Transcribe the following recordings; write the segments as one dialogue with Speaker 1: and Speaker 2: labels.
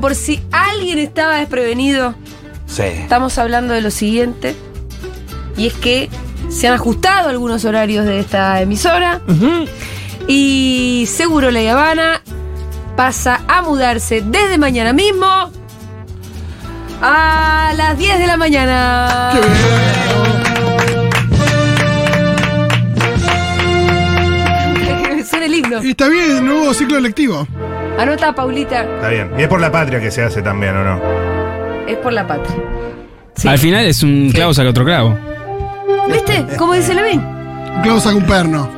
Speaker 1: por si alguien estaba desprevenido,
Speaker 2: Sí.
Speaker 1: estamos hablando de lo siguiente. Y es que se han ajustado algunos horarios de esta emisora. Y seguro La Habana pasa a mudarse desde mañana mismo a las 10 de la mañana. Que me suene el himno.
Speaker 3: Y está bien, no hubo ciclo electivo.
Speaker 1: Anota, Paulita,
Speaker 2: Está bien. Y es por la patria que se hace también, ¿o no?
Speaker 1: es por la patria. Sí.
Speaker 4: Al final es un clavo saca otro clavo.
Speaker 1: ¿Viste? Como dice Levin.
Speaker 3: Claus saca un perno.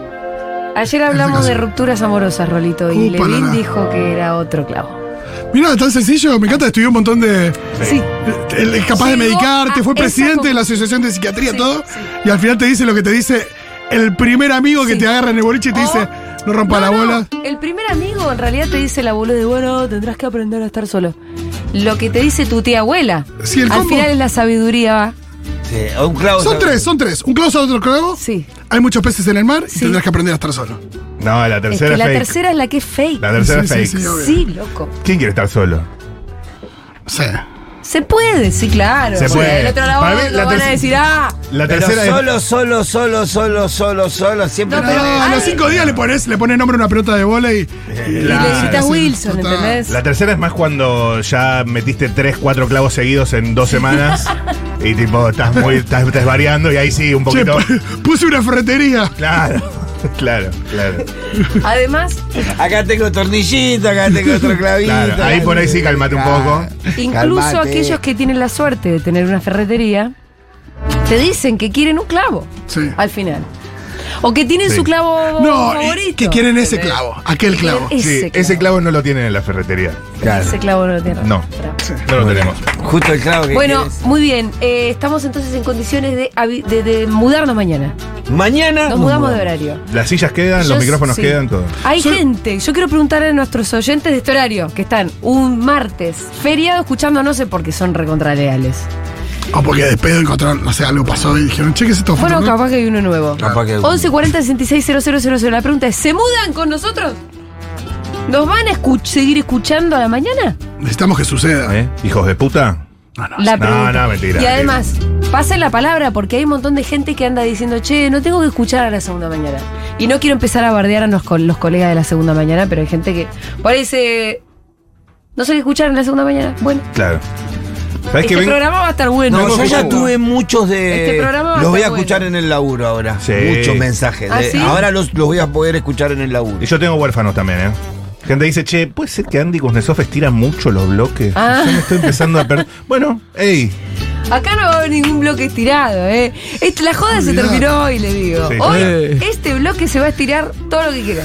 Speaker 1: Ayer hablamos de rupturas amorosas, Rolito, y
Speaker 3: Upa,
Speaker 1: Levin
Speaker 3: nana.
Speaker 1: dijo que era otro clavo.
Speaker 3: Mira, tan sencillo, me encanta, estudió un montón de.
Speaker 1: Sí.
Speaker 3: Él es capaz de
Speaker 1: Llegó
Speaker 3: medicarte,
Speaker 1: a
Speaker 3: fue
Speaker 1: esa
Speaker 3: presidente
Speaker 1: conclu-
Speaker 3: de la Asociación de Psiquiatría,
Speaker 1: Sí,
Speaker 3: todo.
Speaker 1: sí.
Speaker 3: Y al final te dice lo que te dice el primer amigo que
Speaker 1: Sí.
Speaker 3: te agarra en el boliche y te
Speaker 1: Oh.
Speaker 3: dice, no rompa
Speaker 1: No,
Speaker 3: la
Speaker 1: no,
Speaker 3: bola.
Speaker 1: El primer amigo en realidad te dice la abuela de bueno, tendrás que aprender a estar solo. Lo que te dice tu tía abuela.
Speaker 3: Sí, el
Speaker 1: Al
Speaker 3: combo.
Speaker 1: final es la sabiduría, va.
Speaker 2: Sí. o Un clavo.
Speaker 3: Son tres, son tres. Un Klaus a otro clavo.
Speaker 1: Sí.
Speaker 3: Hay muchos peces en el mar y
Speaker 1: Sí.
Speaker 3: tendrás que aprender a estar solo.
Speaker 2: No, la
Speaker 1: Es
Speaker 2: tercera
Speaker 1: que
Speaker 2: es
Speaker 1: la
Speaker 2: fake.
Speaker 1: tercera es la que es fake.
Speaker 2: La tercera es
Speaker 3: Sí, sí,
Speaker 2: fake.
Speaker 3: sí, obvio.
Speaker 1: Sí, loco.
Speaker 2: ¿Quién quiere estar solo?
Speaker 3: Sí.
Speaker 1: Se puede, sí, claro.
Speaker 2: Se
Speaker 1: Porque
Speaker 2: puede.
Speaker 1: Del otro lado
Speaker 2: Para mí,
Speaker 1: lo
Speaker 2: la
Speaker 1: van a
Speaker 2: terc-
Speaker 1: decir, ah.
Speaker 2: La
Speaker 5: Pero
Speaker 2: tercera es.
Speaker 5: solo, solo, solo, solo, solo, solo, siempre.
Speaker 1: No, pero-
Speaker 3: No, a los cinco días le pones, le pones nombre a una pelota de bola y. y
Speaker 1: Y
Speaker 2: Claro.
Speaker 1: le
Speaker 3: la-
Speaker 1: citas
Speaker 3: sí,
Speaker 1: Wilson,
Speaker 3: total.
Speaker 1: ¿entendés?
Speaker 2: La tercera es más cuando ya metiste tres, cuatro clavos seguidos en dos semanas y tipo estás muy, estás, estás variando y ahí sí, un
Speaker 3: Che,
Speaker 2: poquito.
Speaker 3: pu- puse una ferretería.
Speaker 2: Claro, claro, claro.
Speaker 1: Además,
Speaker 5: Acá tengo tornillito, acá tengo otro clavito.
Speaker 2: Claro, ahí por ahí sí, calmate un poco.
Speaker 1: incluso
Speaker 5: Calmate.
Speaker 1: aquellos que tienen la suerte de tener una ferretería, te dicen que quieren un clavo.
Speaker 3: Sí.
Speaker 1: Al final. O que tienen
Speaker 2: Sí.
Speaker 1: su clavo
Speaker 3: No, y-
Speaker 1: favorito.
Speaker 3: que quieren ese
Speaker 1: ¿entendés?
Speaker 3: clavo, aquel clavo.
Speaker 1: Quieren
Speaker 2: Sí,
Speaker 1: Ese clavo.
Speaker 2: ese clavo no lo tienen en la ferretería.
Speaker 1: Ese clavo no lo tiene.
Speaker 2: No.
Speaker 1: Bravo.
Speaker 2: No lo tenemos.
Speaker 5: Justo el clavo que
Speaker 1: Bueno,
Speaker 5: quieres.
Speaker 1: muy bien. eh, estamos entonces en condiciones de, habi- de- de mudarnos mañana.
Speaker 5: Mañana.
Speaker 1: Nos mudamos de horario.
Speaker 2: Las sillas quedan,
Speaker 1: Yo-
Speaker 2: Ah, los micrófonos
Speaker 1: sí.
Speaker 2: quedan, todo.
Speaker 1: Hay
Speaker 3: Yo-
Speaker 1: gente, yo quiero preguntarle a nuestros oyentes de este horario, que están un martes feriado escuchando, no sé por qué son recontraleales.
Speaker 3: O Ah, porque después de encontrar, no sé, algo pasó y dijeron, che, ¿qué es esto?
Speaker 1: Bueno,
Speaker 3: Fotorrec?
Speaker 1: capaz que hay uno nuevo.
Speaker 5: Capaz que-
Speaker 1: 1140-660000. La pregunta es, ¿se mudan con nosotros? ¿Nos van a escu- seguir escuchando a la mañana?
Speaker 3: Necesitamos que suceda.
Speaker 2: ¿Eh? ¿Hijos de puta?
Speaker 1: La
Speaker 2: No,
Speaker 1: pregunta.
Speaker 2: no, mentira,
Speaker 1: Y
Speaker 2: mentira.
Speaker 1: además, pasen la palabra porque hay un montón de gente que anda diciendo, che, no tengo que escuchar a la segunda mañana. Y no quiero empezar a bardear a los, co- los colegas de la segunda mañana, pero hay gente que por ahí dice, no sé qué escuchar en la segunda mañana. Bueno,
Speaker 2: Claro. ¿Sabes
Speaker 1: este
Speaker 2: que vengo?
Speaker 1: programa va a estar bueno.
Speaker 5: No, yo ya
Speaker 1: Ojo.
Speaker 5: tuve muchos de.
Speaker 1: Este programa va a
Speaker 5: los voy a
Speaker 1: estar
Speaker 5: escuchar
Speaker 1: bueno.
Speaker 5: en el laburo ahora.
Speaker 2: Sí.
Speaker 5: Muchos mensajes.
Speaker 1: ¿Ah,
Speaker 5: de-
Speaker 1: sí?
Speaker 5: Ahora los, los voy a poder escuchar en el laburo.
Speaker 2: Y yo tengo huérfanos también, ¿eh? Gente dice, che, ¿puede ser que Andy Kuznetsov estira mucho los bloques?
Speaker 1: Ah.
Speaker 2: Yo me estoy empezando a perder. Bueno, ey.
Speaker 1: Acá no va a haber ningún bloque estirado, ¿eh? Este- la joda se
Speaker 3: Olvidate.
Speaker 1: terminó hoy, le digo.
Speaker 2: Sí.
Speaker 1: Hoy
Speaker 4: Eh.
Speaker 1: este bloque se va a estirar todo lo que quiera.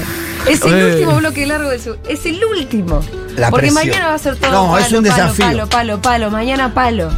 Speaker 1: Es el
Speaker 4: Eh.
Speaker 1: último bloque largo del sur. Es el último.
Speaker 5: La
Speaker 1: Porque
Speaker 5: presión.
Speaker 1: mañana va a ser todo.
Speaker 5: No,
Speaker 1: palo,
Speaker 5: es
Speaker 1: palo,
Speaker 5: un desafío.
Speaker 1: Palo, palo, palo. Mañana palo.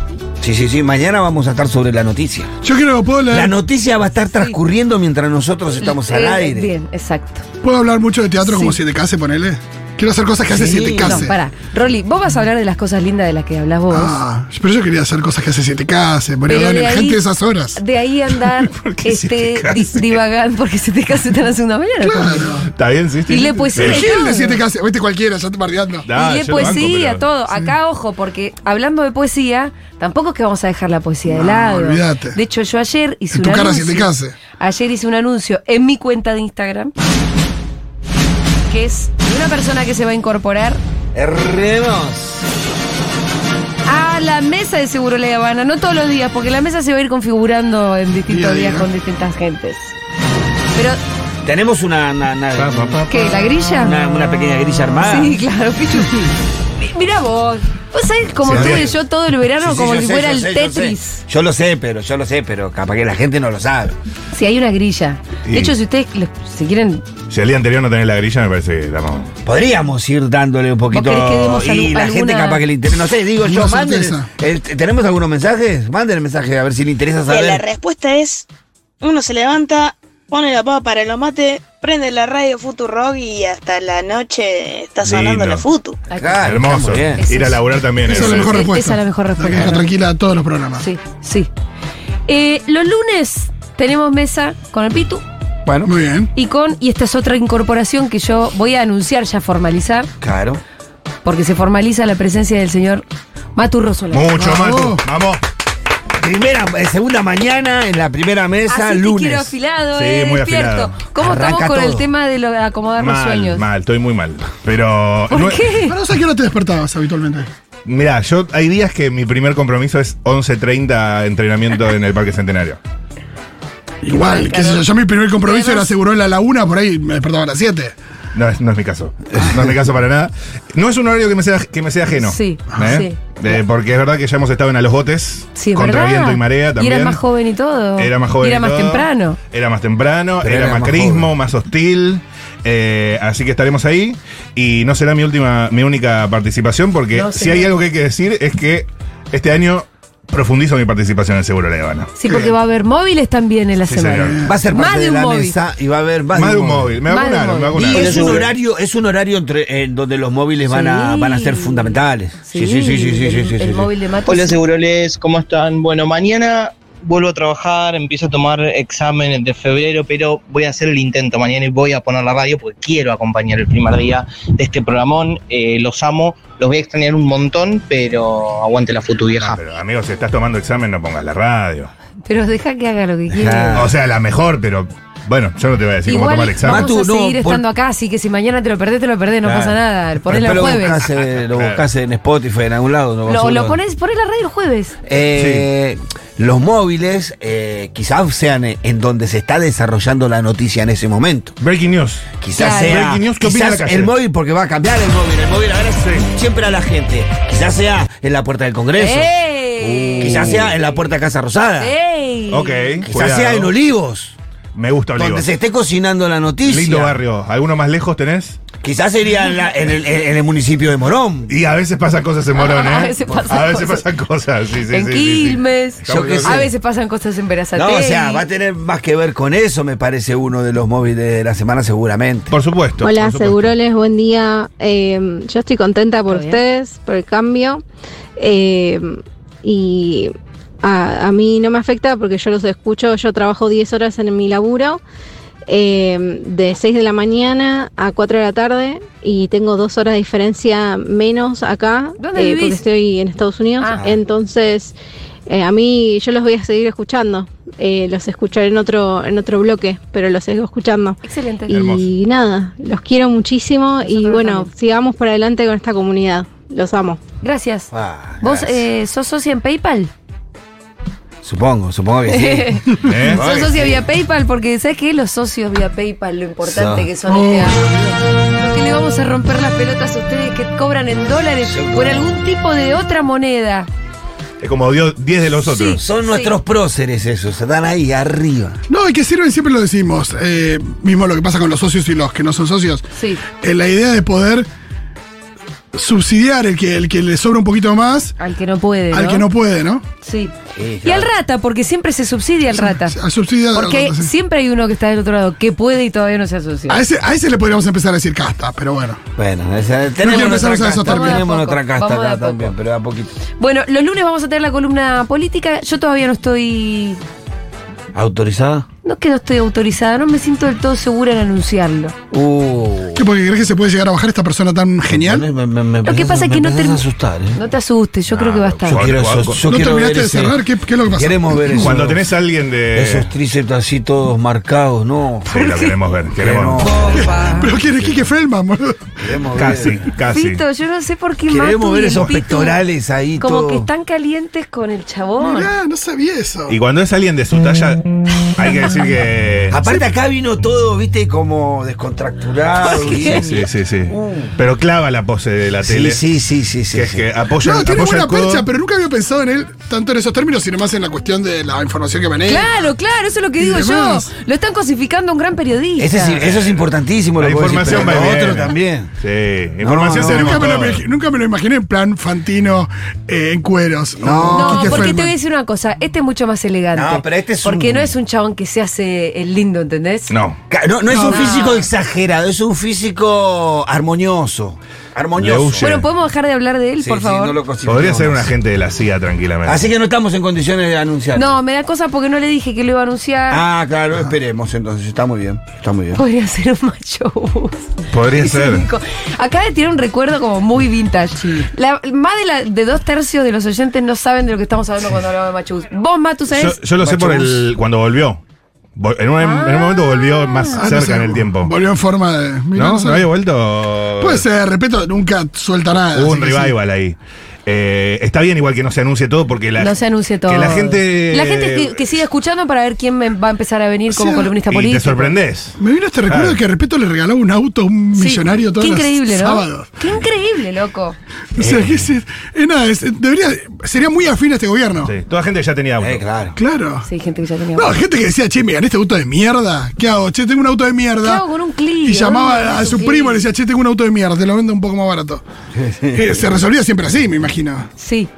Speaker 5: Sí, sí, sí. Mañana vamos a estar sobre la noticia.
Speaker 3: Yo creo que puedo leer.
Speaker 5: La noticia va a estar transcurriendo mientras nosotros estamos al
Speaker 1: Eh,
Speaker 5: aire.
Speaker 1: Bien, exacto.
Speaker 3: ¿Puedo hablar mucho de teatro como
Speaker 1: Sí.
Speaker 3: siete case, ponele? Quiero hacer cosas que hace
Speaker 5: Sí.
Speaker 3: siete case.
Speaker 1: No, pará. Rolly, vos vas a hablar de las cosas lindas de las que hablas vos.
Speaker 3: Ah, pero yo quería hacer cosas que hace siete case,
Speaker 1: pero
Speaker 3: poner la gente de esas horas.
Speaker 1: De ahí andar
Speaker 2: ¿Por qué se te
Speaker 1: este,
Speaker 2: casa?
Speaker 1: di- divagando porque se te casa hasta la segunda mañana.
Speaker 3: Claro.
Speaker 2: ¿Está bien, sí? sí.
Speaker 1: Y le poesía.
Speaker 2: Pero-
Speaker 1: Sí.
Speaker 3: ¿Quién de siete case? Viste cualquiera, ya te bardeando.
Speaker 2: Ah,
Speaker 1: y le
Speaker 2: yo lo banco,
Speaker 1: poesía,
Speaker 2: pero-
Speaker 1: todo. Acá, ojo, porque hablando de poesía, tampoco es que vamos a dejar la poesía de
Speaker 3: No,
Speaker 1: lado.
Speaker 3: olvídate.
Speaker 1: De hecho, yo ayer hice
Speaker 3: En
Speaker 1: un
Speaker 3: tu cara
Speaker 1: anuncio.
Speaker 3: si te case.
Speaker 1: Ayer hice un anuncio en mi cuenta de Instagram. Que es de una persona que se va a incorporar
Speaker 5: Hermoso.
Speaker 1: a la mesa de Seguro La Habana. No todos los días, porque la mesa se va a ir configurando en
Speaker 3: Día a
Speaker 1: distintos
Speaker 3: día.
Speaker 1: días con distintas gentes. Pero,
Speaker 5: Tenemos una, una, una-
Speaker 2: Pa, pa, pa, pa.
Speaker 1: ¿qué? ¿La grilla?
Speaker 5: una- una pequeña grilla armada.
Speaker 1: Sí, claro, Pichu. Mi- Mirá vos. ¿Vos sabés cómo
Speaker 2: Sí,
Speaker 1: estuve
Speaker 2: bien.
Speaker 1: yo todo el
Speaker 5: Sí,
Speaker 1: verano
Speaker 5: sí,
Speaker 1: como
Speaker 5: yo
Speaker 1: si
Speaker 5: sé,
Speaker 1: fuera
Speaker 5: yo
Speaker 1: el
Speaker 5: sé, yo
Speaker 1: Tetris?
Speaker 5: sé. Yo lo sé, pero yo lo sé, pero capaz que la gente no lo sabe.
Speaker 1: Si hay una grilla.
Speaker 2: Sí.
Speaker 1: De hecho, si ustedes lo- si quieren,
Speaker 2: Si el día anterior no tenés la grilla, me parece que estamos.
Speaker 5: Ah, Podríamos ir dándole un poquito.
Speaker 1: ¿Vos querés que demos
Speaker 5: y
Speaker 1: algu-
Speaker 5: la gente
Speaker 1: alguna-
Speaker 5: capaz que le interesa. No sé, digo yo,
Speaker 3: Una
Speaker 5: manden.
Speaker 3: sorpresa.
Speaker 5: eh, ¿Tenemos algunos mensajes? Manden el mensaje a ver si le interesa
Speaker 6: Bien, la
Speaker 5: saber.
Speaker 6: respuesta es: uno se levanta, pone la papa para los mates, prende la radio Futurock y hasta la noche está sonando
Speaker 2: Lindo.
Speaker 6: la Futu.
Speaker 5: Claro,
Speaker 2: Hermoso.
Speaker 5: estamos bien.
Speaker 1: Eso
Speaker 2: Ir a
Speaker 1: es-
Speaker 2: laburar también.
Speaker 3: Esa es
Speaker 2: eh,
Speaker 3: la mejor
Speaker 1: E-, Esa es
Speaker 3: respuesta.
Speaker 1: la mejor respuesta.
Speaker 3: La deja tranquila a todos los
Speaker 5: Ah.
Speaker 3: programas.
Speaker 1: sí, sí. Eh, los lunes tenemos mesa con el Pitu
Speaker 5: Bueno,
Speaker 3: Muy bien.
Speaker 1: y con, y esta es otra incorporación que yo voy a anunciar ya formalizar,
Speaker 5: claro.
Speaker 1: porque se formaliza la presencia del señor Maturro Solari.
Speaker 2: Mucho, Matu.
Speaker 3: Vamos.
Speaker 2: Vamos.
Speaker 5: Primera, eh, segunda mañana, en la primera mesa,
Speaker 1: Así te quiero
Speaker 5: lunes.
Speaker 1: afilado,
Speaker 2: Sí,
Speaker 1: eh,
Speaker 2: muy
Speaker 1: despierto.
Speaker 2: afilado.
Speaker 1: ¿Cómo estamos
Speaker 5: Arranca
Speaker 1: con el
Speaker 5: todo.
Speaker 1: tema de lo de acomodar los
Speaker 2: Mal,
Speaker 1: sueños?
Speaker 2: mal, estoy muy mal. Pero.
Speaker 1: ¿Por
Speaker 2: no-
Speaker 1: qué?
Speaker 3: Pero no sé a qué hora te despertabas habitualmente.
Speaker 2: Mirá, yo hay días que mi primer compromiso es 11.30 entrenamiento en el Parque Centenario.
Speaker 3: Igual, qué sé yo. Yo mi primer compromiso era aseguró en la laguna, por ahí me despertaba a las 7.
Speaker 2: No es, no es mi caso. No es mi caso para nada. No es un horario que me sea, que me sea ajeno.
Speaker 1: Sí,
Speaker 2: ¿eh? Eh, porque es verdad que ya hemos estado en a los botes.
Speaker 1: Sí, es
Speaker 2: contra
Speaker 1: verdad.
Speaker 2: viento y marea también.
Speaker 1: Y era más joven y todo.
Speaker 2: Era más joven.
Speaker 1: Y era
Speaker 2: y
Speaker 1: más
Speaker 2: todo.
Speaker 1: temprano.
Speaker 2: Era más temprano,
Speaker 5: Pero
Speaker 2: era,
Speaker 5: era más
Speaker 2: macrismo,
Speaker 5: joven.
Speaker 2: más, hostil. Eh, así que estaremos ahí. Y no será mi última, mi única participación, porque
Speaker 1: No,
Speaker 2: si
Speaker 1: señor.
Speaker 2: hay algo que hay que decir es que este año profundizo mi participación en el Seguro de La Habana.
Speaker 1: Sí, porque va a haber móviles también en la
Speaker 2: Sí,
Speaker 1: semana.
Speaker 2: señor.
Speaker 5: Va a ser
Speaker 1: Más
Speaker 5: parte
Speaker 1: de
Speaker 5: de,
Speaker 1: un
Speaker 5: la
Speaker 1: móvil.
Speaker 5: mesa y va a haber más,
Speaker 2: Más de un móvil. Me
Speaker 1: Más de un
Speaker 2: vacunaron, me
Speaker 1: móvil.
Speaker 2: vacunaron.
Speaker 5: Y es un
Speaker 2: Seguro.
Speaker 5: horario, es un horario entre, eh, donde los móviles van a,
Speaker 1: Sí.
Speaker 5: van a ser fundamentales.
Speaker 1: el, el móvil de Matus.
Speaker 7: Hola Seguroles, ¿cómo están? Bueno, mañana vuelvo a trabajar, empiezo a tomar exámenes de febrero, pero voy a hacer el intento mañana y voy a poner la radio porque quiero acompañar el primer día de este programón. Eh, los amo, los voy a extrañar un montón, pero aguante la futu
Speaker 2: Ah,
Speaker 7: vieja.
Speaker 2: pero amigos, si estás tomando examen, no pongas la radio.
Speaker 1: Pero deja que haga lo que quiera.
Speaker 5: Claro.
Speaker 2: O sea, la mejor, pero bueno, yo no te voy a decir cómo tomar
Speaker 1: Igual
Speaker 2: el examen.
Speaker 1: vamos a
Speaker 5: Matu, no,
Speaker 1: seguir
Speaker 5: por-
Speaker 1: estando acá, así que si mañana te lo perdés, te lo perdés, no
Speaker 5: Claro.
Speaker 1: pasa nada. Ponelo el
Speaker 5: Pero
Speaker 1: jueves.
Speaker 5: Lo buscás, eh, lo
Speaker 2: Claro.
Speaker 5: buscás en Spotify, en algún lado. no vas
Speaker 1: Lo,
Speaker 5: a
Speaker 1: lo
Speaker 5: un-
Speaker 1: pones, ponés la radio el jueves.
Speaker 5: Eh, Los móviles eh, quizás sean eh, en donde se está desarrollando la noticia en ese momento.
Speaker 2: Breaking news.
Speaker 5: Quizás
Speaker 1: Claro.
Speaker 5: sea
Speaker 2: Breaking news, ¿qué opina
Speaker 5: quizás
Speaker 2: la calle?
Speaker 5: el móvil, porque va a cambiar el móvil. El móvil ahora es
Speaker 2: Sí.
Speaker 5: siempre a la gente. Quizás sea en la puerta del Congreso.
Speaker 1: ¡Ey!
Speaker 5: Quizás sea en la puerta de Casa Rosada.
Speaker 1: ¡Ey!
Speaker 2: Ok.
Speaker 5: Quizás
Speaker 2: cuidado.
Speaker 5: sea en Olivos,
Speaker 2: Me gusta Olivos.
Speaker 5: donde se esté cocinando la noticia.
Speaker 2: Lindo barrio. ¿Alguno más lejos tenés?
Speaker 5: Quizás sería en, la- en el, en el municipio de Morón.
Speaker 2: Y a veces pasan cosas en Morón, ¿eh?
Speaker 1: A veces pasan
Speaker 2: A veces
Speaker 1: cosas.
Speaker 2: pasan cosas, sí, sí,
Speaker 1: en
Speaker 2: sí, sí, sí.
Speaker 1: Quilmes.
Speaker 2: Estamos
Speaker 5: Yo qué
Speaker 2: locos.
Speaker 1: A
Speaker 5: sé.
Speaker 1: veces pasan cosas en Verazate.
Speaker 5: No, o sea, va a tener más que ver con eso, me parece, uno de los móviles de la semana seguramente.
Speaker 2: Por supuesto.
Speaker 8: Hola,
Speaker 2: por supuesto.
Speaker 8: Seguroles, buen día. Eh, yo estoy contenta por
Speaker 1: ¿Todo bien?
Speaker 8: ustedes, por el cambio. Eh, y a, a mí no me afecta porque yo los escucho, yo trabajo 10 horas en mi laburo, eh, de 6 de la mañana a 4 de la tarde, y tengo dos horas de diferencia menos acá,
Speaker 1: ¿Dónde
Speaker 8: eh,
Speaker 1: vivís?
Speaker 8: porque estoy en Estados Unidos.
Speaker 1: Ah.
Speaker 8: Entonces, eh, a mí yo los voy a seguir escuchando. Eh, los escucharé en otro, en otro bloque, pero los sigo escuchando.
Speaker 1: Excelente.
Speaker 8: Y
Speaker 2: Hermoso.
Speaker 8: nada, los quiero muchísimo y
Speaker 1: Nosotros
Speaker 8: bueno,
Speaker 1: también.
Speaker 8: sigamos por adelante con esta comunidad. Los amo.
Speaker 1: Gracias.
Speaker 5: Ah,
Speaker 1: ¿Vos
Speaker 5: gracias.
Speaker 1: eh, sos socia en PayPal?
Speaker 5: Supongo, supongo que sí.
Speaker 2: ¿Eh?
Speaker 1: Sos socia vía PayPal porque, ¿sabes qué? Los socios vía PayPal, lo importante
Speaker 5: So-
Speaker 1: que son este año. Que le vamos a romper las pelotas a ustedes que cobran en dólares o en algún tipo de otra moneda.
Speaker 2: Es como dio 10 de los otros.
Speaker 5: Son
Speaker 1: Sí.
Speaker 5: nuestros próceres esos, están ahí arriba.
Speaker 3: No, y que sirven siempre lo decimos. eh, mismo lo que pasa con los socios y los que no son socios.
Speaker 1: Sí.
Speaker 3: Eh, la idea de poder subsidiar el que, el que le sobra un poquito más
Speaker 1: Al que no puede.
Speaker 3: al que no puede, ¿no?
Speaker 1: Sí.
Speaker 5: Sí,
Speaker 1: Y al
Speaker 5: claro.
Speaker 1: rata, porque siempre se subsidia al rata.
Speaker 3: Al subsidiar al
Speaker 1: Porque
Speaker 3: otro, sí.
Speaker 1: siempre hay uno que está del otro lado que puede y todavía no se asocia.
Speaker 3: a ese, a ese le podríamos empezar a decir casta, pero bueno.
Speaker 5: Bueno, esa-
Speaker 3: quiero
Speaker 5: tenemos
Speaker 3: empezar a
Speaker 5: nuestra
Speaker 3: usar esos
Speaker 5: casta,
Speaker 3: términos.
Speaker 5: tenemos
Speaker 1: Vamos de a
Speaker 5: nuestra
Speaker 1: poco,
Speaker 5: casta
Speaker 1: vamos de a
Speaker 5: acá
Speaker 1: poco.
Speaker 5: también, pero a poquito.
Speaker 1: Bueno, los lunes vamos a tener la columna política. Yo todavía no estoy.
Speaker 5: ¿Autorizada?
Speaker 1: No que no estoy autorizada, no me siento del todo segura en anunciarlo.
Speaker 5: Uh.
Speaker 3: ¿Qué? ¿Porque crees que se puede llegar a bajar esta persona tan genial?
Speaker 5: Me- me- me
Speaker 1: Lo que
Speaker 5: empezás-
Speaker 1: pasa es
Speaker 5: me
Speaker 1: que no
Speaker 5: empezás a
Speaker 1: termi-
Speaker 5: asustar, ¿eh?
Speaker 1: No te asustes, yo
Speaker 2: No,
Speaker 1: creo que va a estar.
Speaker 5: Yo quiero,
Speaker 2: Juan,
Speaker 5: yo-
Speaker 2: Juan,
Speaker 5: yo
Speaker 3: ¿No
Speaker 5: quiero
Speaker 3: terminaste
Speaker 5: ver
Speaker 3: de
Speaker 5: ese-
Speaker 3: cerrar? ¿Qué- qué es lo que pasó?
Speaker 5: Queremos ver eso.
Speaker 2: Cuando tenés a alguien de.
Speaker 5: Esos tríceps así todos marcados, no.
Speaker 2: Sí, lo queremos ver. Queremos.
Speaker 1: Opa.
Speaker 3: Pero quién es Kike Feldman, boludo.
Speaker 5: Queremos ver.
Speaker 2: Casi, casi.
Speaker 1: Fito, yo no sé por qué
Speaker 5: Queremos
Speaker 1: Matu y
Speaker 5: ver
Speaker 1: el
Speaker 5: esos
Speaker 1: Pitu
Speaker 5: pectorales ahí,
Speaker 1: Como
Speaker 5: todo.
Speaker 1: que están calientes con el chabón.
Speaker 3: Mirá, no sabía eso.
Speaker 2: Y cuando es alguien de su talla, hay que decir que.
Speaker 5: Aparte acá vino todo, viste, como descontracturado.
Speaker 2: Sí,
Speaker 5: bien.
Speaker 2: sí, sí, sí.
Speaker 5: Uh.
Speaker 2: Pero clava la pose de la
Speaker 5: Sí,
Speaker 2: tele.
Speaker 5: sí, sí, sí, sí,
Speaker 2: Que es
Speaker 5: sí.
Speaker 2: que apoya,
Speaker 3: No, tiene
Speaker 2: apoya
Speaker 3: buena
Speaker 2: el codo.
Speaker 3: percha, pero nunca había pensado en él tanto en esos términos, sino más en la cuestión de la información que maneja.
Speaker 1: Claro, claro, eso es lo que
Speaker 3: Y
Speaker 1: digo yo.
Speaker 3: demás.
Speaker 1: Lo están cosificando a un gran periodista.
Speaker 5: Ese sí- eso es importantísimo.
Speaker 2: La
Speaker 5: lo que vos
Speaker 2: información
Speaker 5: decís,
Speaker 2: va
Speaker 5: pero
Speaker 2: bien.
Speaker 5: lo otro también.
Speaker 2: Sí,
Speaker 5: No,
Speaker 2: información
Speaker 5: no,
Speaker 3: Nunca
Speaker 2: se tenemos
Speaker 3: me, lo,
Speaker 2: todo.
Speaker 3: imagi- nunca me lo imaginé en plan Fantino eh, en cueros.
Speaker 5: No,
Speaker 3: o
Speaker 1: No,
Speaker 3: Kike
Speaker 1: porque te
Speaker 3: Feldman.
Speaker 1: voy a decir una cosa, este es mucho más elegante.
Speaker 5: No, pero este es
Speaker 1: Porque
Speaker 5: un-
Speaker 1: no es un chabón que se hace el lindo, ¿entendés?
Speaker 2: No.
Speaker 5: Ca- No, no es
Speaker 3: No,
Speaker 5: un
Speaker 3: no.
Speaker 5: físico exagerado, es un físico armonioso.
Speaker 2: Le
Speaker 5: Armonioso.
Speaker 2: huye,
Speaker 1: Bueno, ¿podemos dejar de hablar de él,
Speaker 5: Sí,
Speaker 1: por
Speaker 5: sí,
Speaker 1: favor?
Speaker 5: no
Speaker 1: no,
Speaker 5: lo consigo
Speaker 2: Podría ser un
Speaker 5: más.
Speaker 2: agente de la CIA tranquilamente.
Speaker 5: Así que no estamos en condiciones de anunciar.
Speaker 1: me da cosa porque no le dije que lo iba a anunciar.
Speaker 5: Ah, claro, esperemos entonces. Está muy bien. Está muy bien.
Speaker 1: Podría ser un macho bus.
Speaker 2: Podría
Speaker 1: Dice
Speaker 2: ser.
Speaker 1: Nico. Acá de tirar un recuerdo como muy vintage. La- más de, la- de dos tercios de los oyentes no saben de lo que estamos hablando cuando hablamos de macho bus. Vos, Matu,
Speaker 2: Yo,
Speaker 1: ¿sabés?
Speaker 2: yo lo sé por el cuando volvió. Vol- En un, en un momento volvió más
Speaker 3: Ah, no
Speaker 2: cerca
Speaker 3: sé,
Speaker 2: en el tiempo.
Speaker 3: Volvió en forma de. mira,
Speaker 2: ¿No?
Speaker 3: no sé.
Speaker 2: ¿No había vuelto?
Speaker 3: Puede ser, repito, nunca suelta nada.
Speaker 2: Hubo un
Speaker 3: así que sí.
Speaker 2: revival ahí. Eh, está bien igual que no se anuncie todo porque la,
Speaker 1: no se anuncie todo.
Speaker 2: que la gente
Speaker 1: La gente que, que sigue escuchando para ver quién me va a empezar a venir
Speaker 3: O
Speaker 1: como
Speaker 3: sea,
Speaker 1: columnista
Speaker 2: y
Speaker 1: político.
Speaker 2: te sorprendés.
Speaker 3: Me vino este recuerdo
Speaker 2: Ah.
Speaker 3: de que Repeto le regalaba un auto a un
Speaker 1: Sí.
Speaker 3: millonario todos
Speaker 1: Qué increíble,
Speaker 3: los
Speaker 1: ¿no?
Speaker 3: sábados.
Speaker 1: Qué increíble, loco.
Speaker 3: O sea, que es, es nada, es- debería, sería muy afín a este gobierno.
Speaker 2: Sí, toda gente que ya tenía auto.
Speaker 5: Eh, claro.
Speaker 3: Claro.
Speaker 1: Sí, gente que ya tenía.
Speaker 3: No, gente que decía, che, me gané este auto de mierda. ¿Qué hago? Che, tengo un auto de
Speaker 1: ¿Qué
Speaker 3: mierda.
Speaker 1: hago con un Clio?
Speaker 3: Y
Speaker 1: ¿Dónde
Speaker 3: llamaba a
Speaker 1: es
Speaker 3: su
Speaker 1: un
Speaker 3: primo y
Speaker 1: Clio?
Speaker 3: le decía, che, tengo un auto de mierda, te lo vendo un poco más barato. Eh, Se resolvía siempre así, me imagino.
Speaker 1: Sí.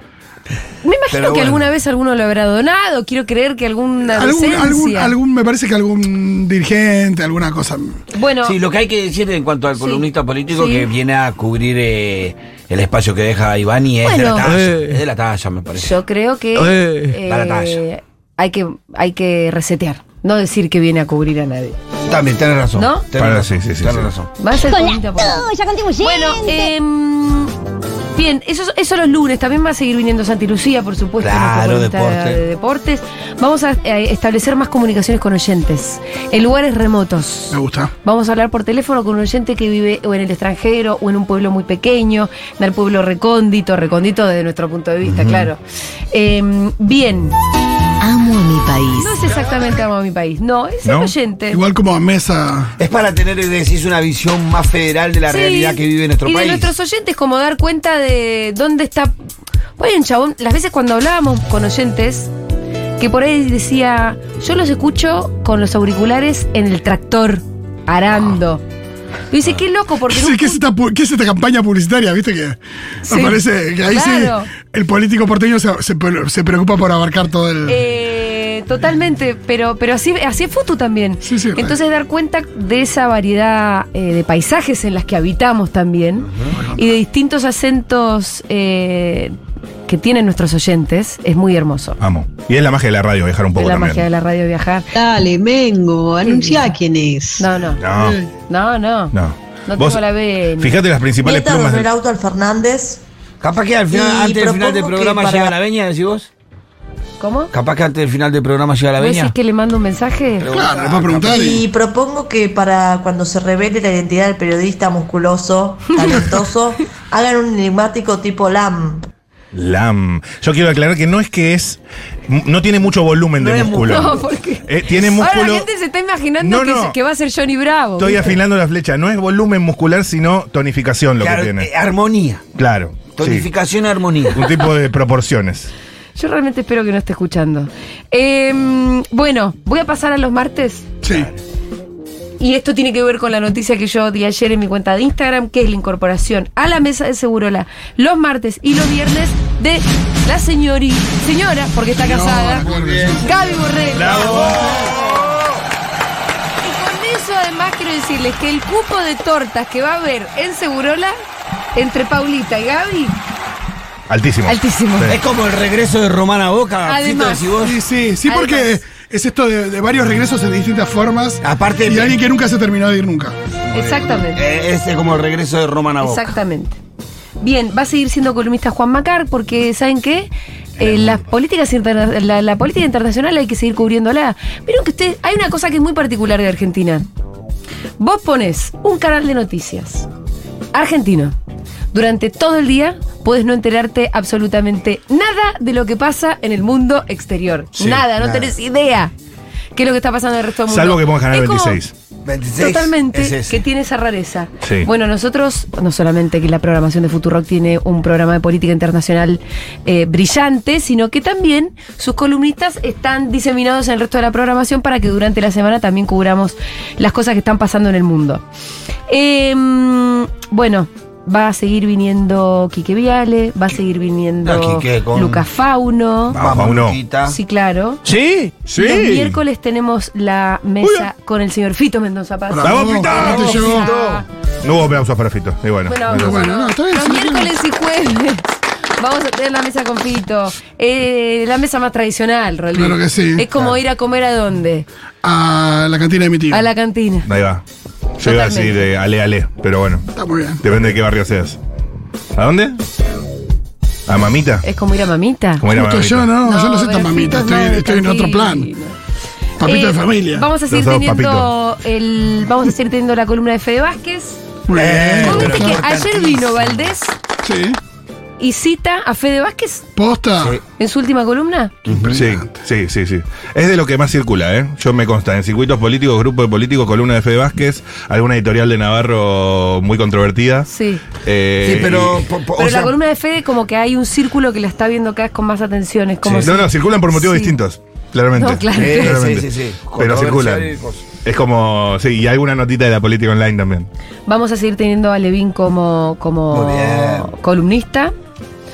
Speaker 1: Me imagino
Speaker 5: Pero
Speaker 1: que
Speaker 5: bueno.
Speaker 1: alguna vez alguno lo habrá donado. Quiero creer que alguna
Speaker 3: Algún,
Speaker 1: decencia.
Speaker 3: algún, algún, me parece que algún dirigente, alguna cosa.
Speaker 1: Bueno,
Speaker 5: Sí, lo que hay que decir en cuanto al
Speaker 1: Sí.
Speaker 5: columnista político
Speaker 1: Sí.
Speaker 5: que viene a cubrir eh, el espacio que deja Iván y es de
Speaker 1: Bueno.
Speaker 5: la talla.
Speaker 4: Eh.
Speaker 5: Es de la talla, me parece.
Speaker 1: yo creo que
Speaker 4: Eh,
Speaker 1: eh,
Speaker 5: da la talla.
Speaker 1: hay que hay que resetear, no decir que viene a cubrir a nadie.
Speaker 5: También, tenés razón.
Speaker 1: ¿No?
Speaker 5: Tenés
Speaker 2: Para,
Speaker 5: razón.
Speaker 2: sí, sí, sí,
Speaker 5: tenés
Speaker 2: sí.
Speaker 5: razón.
Speaker 1: Va a ser
Speaker 9: Con
Speaker 1: columnista
Speaker 9: la
Speaker 1: por-
Speaker 9: tuya, contribuyente.
Speaker 1: Bueno, em, bien, eso, eso los lunes. También va a seguir viniendo Santi Lucía, por supuesto.
Speaker 5: Claro,
Speaker 1: nuestra columnista
Speaker 5: deporte.
Speaker 1: de deportes. Vamos a eh, establecer más comunicaciones con oyentes en lugares remotos.
Speaker 3: Me gusta.
Speaker 1: Vamos a hablar por teléfono con un oyente que vive o en el extranjero o en un pueblo muy pequeño, en el pueblo recóndito, recóndito desde nuestro punto de vista, claro. Em, bien,
Speaker 9: Amo a mi país.
Speaker 1: no es exactamente Amo a mi país, no, es
Speaker 2: ¿No?
Speaker 1: el oyente.
Speaker 3: Igual como a mesa.
Speaker 5: Es para tener, decís, una visión más federal de la
Speaker 1: Sí,
Speaker 5: realidad que vive nuestro
Speaker 1: y
Speaker 5: país.
Speaker 1: de nuestros oyentes, como dar cuenta de dónde está. Oye, un chabón, las veces cuando hablábamos con oyentes, que por ahí decía, yo los escucho con los auriculares en el tractor, arando.
Speaker 5: Ah.
Speaker 1: Y dice, qué loco, porque. en
Speaker 3: ¿Qué,
Speaker 1: un
Speaker 3: es- qué es esta, pu- qué es esta campaña publicitaria? ¿Viste que
Speaker 1: Sí.
Speaker 3: aparece? Que ahí
Speaker 1: Claro.
Speaker 3: sí el político porteño se, se pre- se preocupa por abarcar todo el.
Speaker 1: Eh, totalmente, pero, pero así, así es Futu también.
Speaker 3: Sí, sí, re.
Speaker 1: Entonces dar cuenta de esa variedad eh, de paisajes en las que habitamos también y de distintos acentos eh, que tienen nuestros oyentes es muy hermoso.
Speaker 2: Amo. Y es la magia de la radio, viajar un
Speaker 1: Es
Speaker 2: poco
Speaker 1: la
Speaker 2: Ah, también.
Speaker 1: magia de la radio viajar.
Speaker 9: Dale, Mengo, anuncia quién es.
Speaker 1: No, no,
Speaker 2: No,
Speaker 1: no, no. Mm. No,
Speaker 2: no. Vos,
Speaker 1: tengo la B. ni-
Speaker 2: Fíjate las principales plumas. del-
Speaker 9: auto al Fernández.
Speaker 5: Capaz que al final,
Speaker 9: Y
Speaker 5: antes del final
Speaker 9: propongo
Speaker 5: del
Speaker 9: que
Speaker 5: programa
Speaker 9: para-
Speaker 5: llega la veña, decís vos.
Speaker 1: ¿Cómo?
Speaker 5: Capaz que antes del final del programa llega la
Speaker 1: ¿Vos
Speaker 5: veña.
Speaker 1: decís que le mando un mensaje?
Speaker 3: Claro, después preguntar y.
Speaker 10: Y propongo que para cuando se revele la identidad del periodista musculoso, talentoso, hagan un enigmático tipo LAM.
Speaker 2: Lam. Yo quiero aclarar que no es que es. No tiene mucho volumen de músculo.
Speaker 1: No, porque.
Speaker 2: Eh, tiene músculo.
Speaker 1: Ahora la gente se está imaginando
Speaker 2: No,
Speaker 1: que,
Speaker 2: no.
Speaker 1: se- que va a ser Johnny Bravo.
Speaker 2: Estoy
Speaker 1: ¿viste?
Speaker 2: afilando la flecha. No es volumen muscular, sino tonificación lo
Speaker 5: Claro,
Speaker 2: que tiene.
Speaker 5: eh, armonía.
Speaker 2: claro. sí.
Speaker 5: Tonificación, armonía.
Speaker 2: Un tipo de proporciones.
Speaker 1: Yo realmente espero que no esté escuchando. Em, bueno, voy a pasar a los martes.
Speaker 3: Sí.
Speaker 1: Y esto tiene que ver con la noticia que yo di ayer en mi cuenta de Instagram, que es la incorporación a la mesa de Segurola los martes y los viernes de la señori, señora, porque está casada,
Speaker 3: No, muy bien.
Speaker 1: Gaby Borrell. Y con eso además quiero decirles que el cupo de tortas que va a haber en Segurola, entre Paulita y Gaby,
Speaker 2: Altísimo.
Speaker 1: altísimo.
Speaker 2: Sí.
Speaker 5: Es como el regreso de Romana Boca.
Speaker 1: Además.
Speaker 5: Fito, decís vos.
Speaker 3: Sí, sí, sí,
Speaker 1: Además.
Speaker 3: porque es esto de, de varios regresos en distintas formas.
Speaker 5: Aparte
Speaker 3: Y
Speaker 5: de-
Speaker 3: alguien que nunca se terminó de ir nunca.
Speaker 1: Exactamente.
Speaker 5: Eh, es como el regreso de Romana Boca.
Speaker 1: Exactamente. Bien, va a seguir siendo columnista Juan Macar porque, ¿saben qué? Eh, las políticas interna- la, la política internacional hay que seguir cubriéndola. Vieron que usted, hay una cosa que es muy particular de Argentina. Vos pones un canal de noticias argentino. Durante todo el día puedes no enterarte absolutamente nada de lo que pasa en el mundo exterior.
Speaker 5: Sí,
Speaker 1: nada, no
Speaker 5: nada.
Speaker 1: tenés idea qué es lo que está pasando en el resto del mundo.
Speaker 2: Salvo que ponga Canal
Speaker 1: Es como-
Speaker 2: 26.
Speaker 5: 26
Speaker 1: Totalmente,
Speaker 5: es ese.
Speaker 1: que tiene esa rareza.
Speaker 2: Sí.
Speaker 1: Bueno, nosotros, no solamente que la programación de Futurock tiene un programa de política internacional eh, brillante, sino que también sus columnistas están diseminados en el resto de la programación para que durante la semana también cubramos las cosas que están pasando en el mundo. Em, bueno. Va a seguir viniendo Quique Viale, va a seguir viniendo
Speaker 5: No, Quique, con-
Speaker 1: Lucas Fauno.
Speaker 2: Vamos, uno.
Speaker 5: Luquita.
Speaker 1: Sí, claro.
Speaker 4: Sí,
Speaker 1: Los miércoles tenemos la mesa con el señor Fito Mendoza Paz.
Speaker 3: Bravo,
Speaker 2: Pita!
Speaker 3: te llegó.
Speaker 1: Esa
Speaker 2: No hubo aplausos para Fito. Y bueno.
Speaker 1: Bueno,
Speaker 2: entonces-
Speaker 3: bueno, no, está bien,
Speaker 1: Los
Speaker 3: sí,
Speaker 1: miércoles y jueves. Vamos a tener la mesa con Fito. Eh, la mesa más tradicional, Rolly.
Speaker 3: Claro que sí.
Speaker 1: Es como ir a comer a dónde?
Speaker 3: A la cantina de mi tío.
Speaker 1: A la cantina.
Speaker 2: Ahí va. Yo iba a decir eh, ale, ale, pero bueno.
Speaker 3: Está muy bien.
Speaker 2: Depende de qué barrio seas. ¿A dónde? ¿A mamita?
Speaker 1: Es como ir a mamita.
Speaker 2: ¿Cómo era
Speaker 3: Justo
Speaker 2: mamita?
Speaker 3: yo no, yo no soy
Speaker 1: pero
Speaker 3: tan
Speaker 1: Fito es
Speaker 3: mamita, estoy,
Speaker 1: más de
Speaker 3: estoy en otro plan.
Speaker 1: cantina.
Speaker 3: Papito
Speaker 1: Eh,
Speaker 3: de familia.
Speaker 1: Vamos a seguir
Speaker 2: Los dos
Speaker 1: teniendo el. Vamos a seguir teniendo la columna de Fede Vázquez.
Speaker 3: Muy bien.
Speaker 1: Vos viste
Speaker 2: Eh, pero
Speaker 1: que
Speaker 2: no
Speaker 1: ayer vino Valdés
Speaker 3: Sí.
Speaker 1: y cita a Fede Vázquez
Speaker 3: Posta.
Speaker 1: en su última columna.
Speaker 2: Sí, sí, sí, sí. Es de lo que más circula, ¿eh? Yo me consta, en circuitos políticos, grupo de políticos, columna de Fede Vázquez, alguna editorial de Navarro muy controvertida.
Speaker 1: Sí.
Speaker 2: Eh,
Speaker 5: Sí, pero.
Speaker 2: y-
Speaker 5: po- po- o
Speaker 1: Pero
Speaker 5: sea,
Speaker 1: la columna de Fede como que hay un círculo que la está viendo cada vez con más atención. Es como
Speaker 2: Sí.
Speaker 1: si-
Speaker 2: No, no, circulan por motivos
Speaker 1: Sí.
Speaker 2: distintos, claramente.
Speaker 1: No, claro.
Speaker 5: Sí, sí, sí,
Speaker 2: Claramente.
Speaker 5: sí.
Speaker 2: Pero circulan.
Speaker 5: Controversial y cosas.
Speaker 2: Es como, sí, y alguna notita de la política online también.
Speaker 1: Vamos a seguir teniendo a Levin como, como
Speaker 5: Muy bien.
Speaker 1: columnista.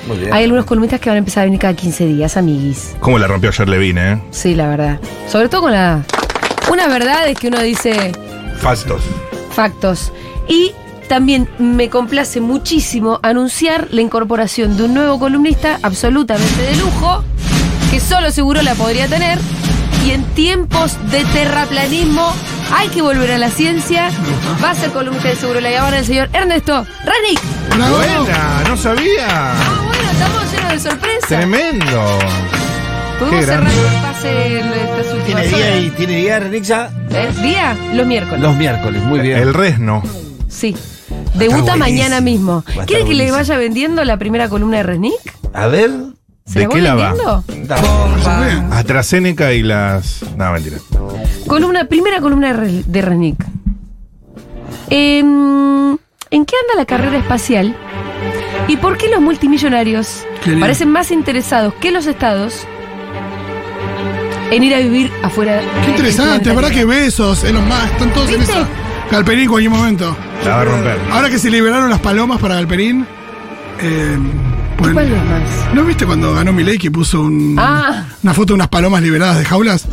Speaker 5: Muy bien.
Speaker 1: Hay algunos columnistas que van a empezar a venir cada 15 días, amiguis.
Speaker 2: ¿Cómo la rompió ayer Levine, eh?
Speaker 1: Sí, la verdad. Sobre todo con la... Unas verdades que uno dice
Speaker 2: Fastos.
Speaker 1: factos. Y también me complace muchísimo anunciar la incorporación de un nuevo columnista absolutamente de lujo, que solo seguro la podría tener. Y en tiempos de terraplanismo hay que volver a la ciencia. Va a ser columnista de seguro la Habana el señor Ernesto Ranick.
Speaker 3: Bravo.
Speaker 2: Buena, no sabía.
Speaker 1: Ah, bueno, estamos llenos de sorpresas.
Speaker 2: Tremendo.
Speaker 1: Podemos
Speaker 2: qué
Speaker 1: cerrar
Speaker 2: grande.
Speaker 1: el pase en estas
Speaker 5: Tiene
Speaker 1: últimas
Speaker 5: día y
Speaker 1: horas.
Speaker 5: tiene día, Renixa,
Speaker 1: ¿Es día? Los miércoles.
Speaker 5: los miércoles. Muy bien.
Speaker 2: El resno.
Speaker 1: Sí. Debuta
Speaker 5: buenísimo.
Speaker 1: mañana mismo.
Speaker 5: Va a estar
Speaker 1: ¿Quiere que le
Speaker 5: buenísimo.
Speaker 1: vaya vendiendo la primera columna de Resnick?
Speaker 5: A ver.
Speaker 1: ¿Se
Speaker 2: ¿De
Speaker 1: voy
Speaker 2: qué la va?
Speaker 1: vendiendo?
Speaker 5: Dale.
Speaker 2: AstraZeneca y las. No, mentira.
Speaker 1: Columna, primera columna de, Re- de Resnick. Em, ¿En qué anda la carrera espacial? ¿Y por qué los multimillonarios
Speaker 3: Genial.
Speaker 1: parecen más interesados que los estados en ir a vivir afuera?
Speaker 3: Qué interesante, ¿verdad que besos? Elon Musk, están todos en
Speaker 1: ¿Viste?
Speaker 3: esa. Galperín en cualquier momento.
Speaker 2: La va a romper.
Speaker 3: Ahora que se liberaron las palomas para Galperín. eh, ponen-
Speaker 1: ¿Cuál es más?
Speaker 3: ¿No viste cuando ganó Milei que puso un-
Speaker 1: Ah.
Speaker 3: una foto de unas palomas liberadas de jaulas?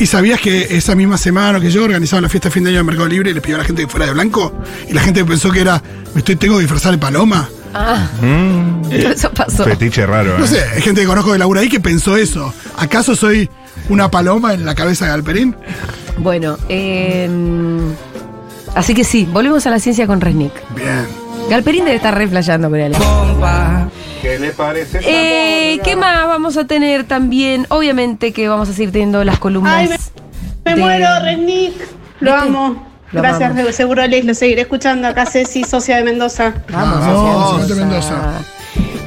Speaker 3: ¿Y sabías que esa misma semana que yo organizaba la fiesta de fin de año en Mercado Libre y les pidió a la gente que fuera de blanco? Y la gente pensó que era, me estoy, tengo que disfrazar de paloma.
Speaker 1: Ah,
Speaker 2: Mm,
Speaker 1: eso pasó.
Speaker 2: fetiche raro,
Speaker 3: No
Speaker 2: ¿eh?
Speaker 3: sé, hay gente que conozco de labura ahí que pensó eso. ¿Acaso soy una paloma en la cabeza de Galperín?
Speaker 1: Bueno, em, así que sí, volvemos a la ciencia con Resnick.
Speaker 3: Bien.
Speaker 1: Galperín debe estar reflejando con Ale.
Speaker 2: ¿Qué le parece?
Speaker 1: Eh, ¿Qué más vamos a tener también? Obviamente que vamos a seguir teniendo las columnas.
Speaker 6: Ay, Me
Speaker 1: de-
Speaker 6: muero, Resnick. Lo
Speaker 1: ¿Viste?
Speaker 6: amo.
Speaker 1: Lo
Speaker 6: Gracias,
Speaker 1: amamos.
Speaker 6: seguro les lo seguiré escuchando. Acá Ceci, socia de Mendoza.
Speaker 1: Vamos,
Speaker 3: Vamos,
Speaker 1: Mendoza.
Speaker 3: de Mendoza.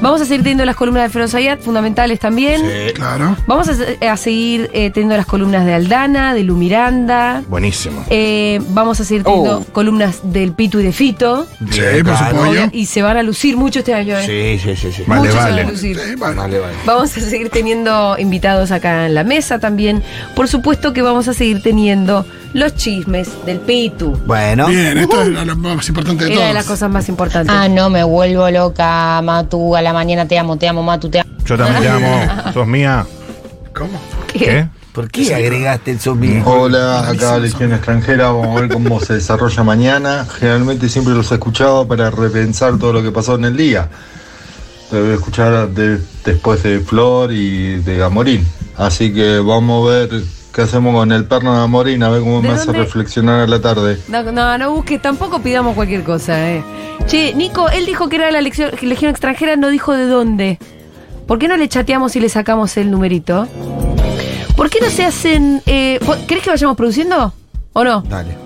Speaker 1: Vamos a seguir teniendo las columnas de Alfredo Zayat, fundamentales también.
Speaker 3: Claro.
Speaker 1: Vamos a, se- a seguir eh, teniendo las columnas de Aldana, de Lu Miranda.
Speaker 2: Buenísimo.
Speaker 1: Eh, vamos a seguir teniendo
Speaker 2: Oh.
Speaker 1: columnas del Pitu y de Fito.
Speaker 3: Sí, por supuesto.
Speaker 1: Obvia- Y se van a lucir mucho este año. ¿eh?
Speaker 5: Sí, sí, sí, sí.
Speaker 2: Más le
Speaker 1: Muchos se van
Speaker 2: vale.
Speaker 1: a lucir.
Speaker 3: Sí, bueno.
Speaker 5: Vale, vale.
Speaker 1: Vamos a seguir teniendo invitados acá en la mesa también. Por supuesto que vamos a seguir teniendo los chismes del Pitu.
Speaker 5: Bueno.
Speaker 3: Bien, esto es lo, lo más importante de
Speaker 1: Era de las
Speaker 3: todo.
Speaker 1: cosas más importantes.
Speaker 11: Ah,
Speaker 12: Ah,
Speaker 11: no, me vuelvo loca, Matu, a la mañana te amo, te amo, Matu, te amo.
Speaker 2: Yo también te amo. Sos mía.
Speaker 3: ¿Cómo?
Speaker 2: ¿Qué?
Speaker 5: ¿Por qué agregaste el zombie?
Speaker 13: Hola, acá Legión Extranjera, vamos a ver cómo se desarrolla mañana. Generalmente siempre los escuchaba para repensar todo lo que pasó en el día. Lo voy a escuchar de- después de Flor y de Gamorín. Así que vamos a ver qué hacemos con el perno de Gamorín, a ver cómo
Speaker 1: ¿De
Speaker 13: me hace
Speaker 1: dónde?
Speaker 13: reflexionar a la tarde.
Speaker 1: No, no, no busques, tampoco pidamos cualquier cosa, eh. Che, Nico, él dijo que era de la lección- legión extranjera, no dijo de dónde. ¿Por qué no le chateamos y le sacamos el numerito? ¿Por qué no se hacen. Eh, po- ¿Querés que vayamos produciendo? ¿O no?
Speaker 5: Dale.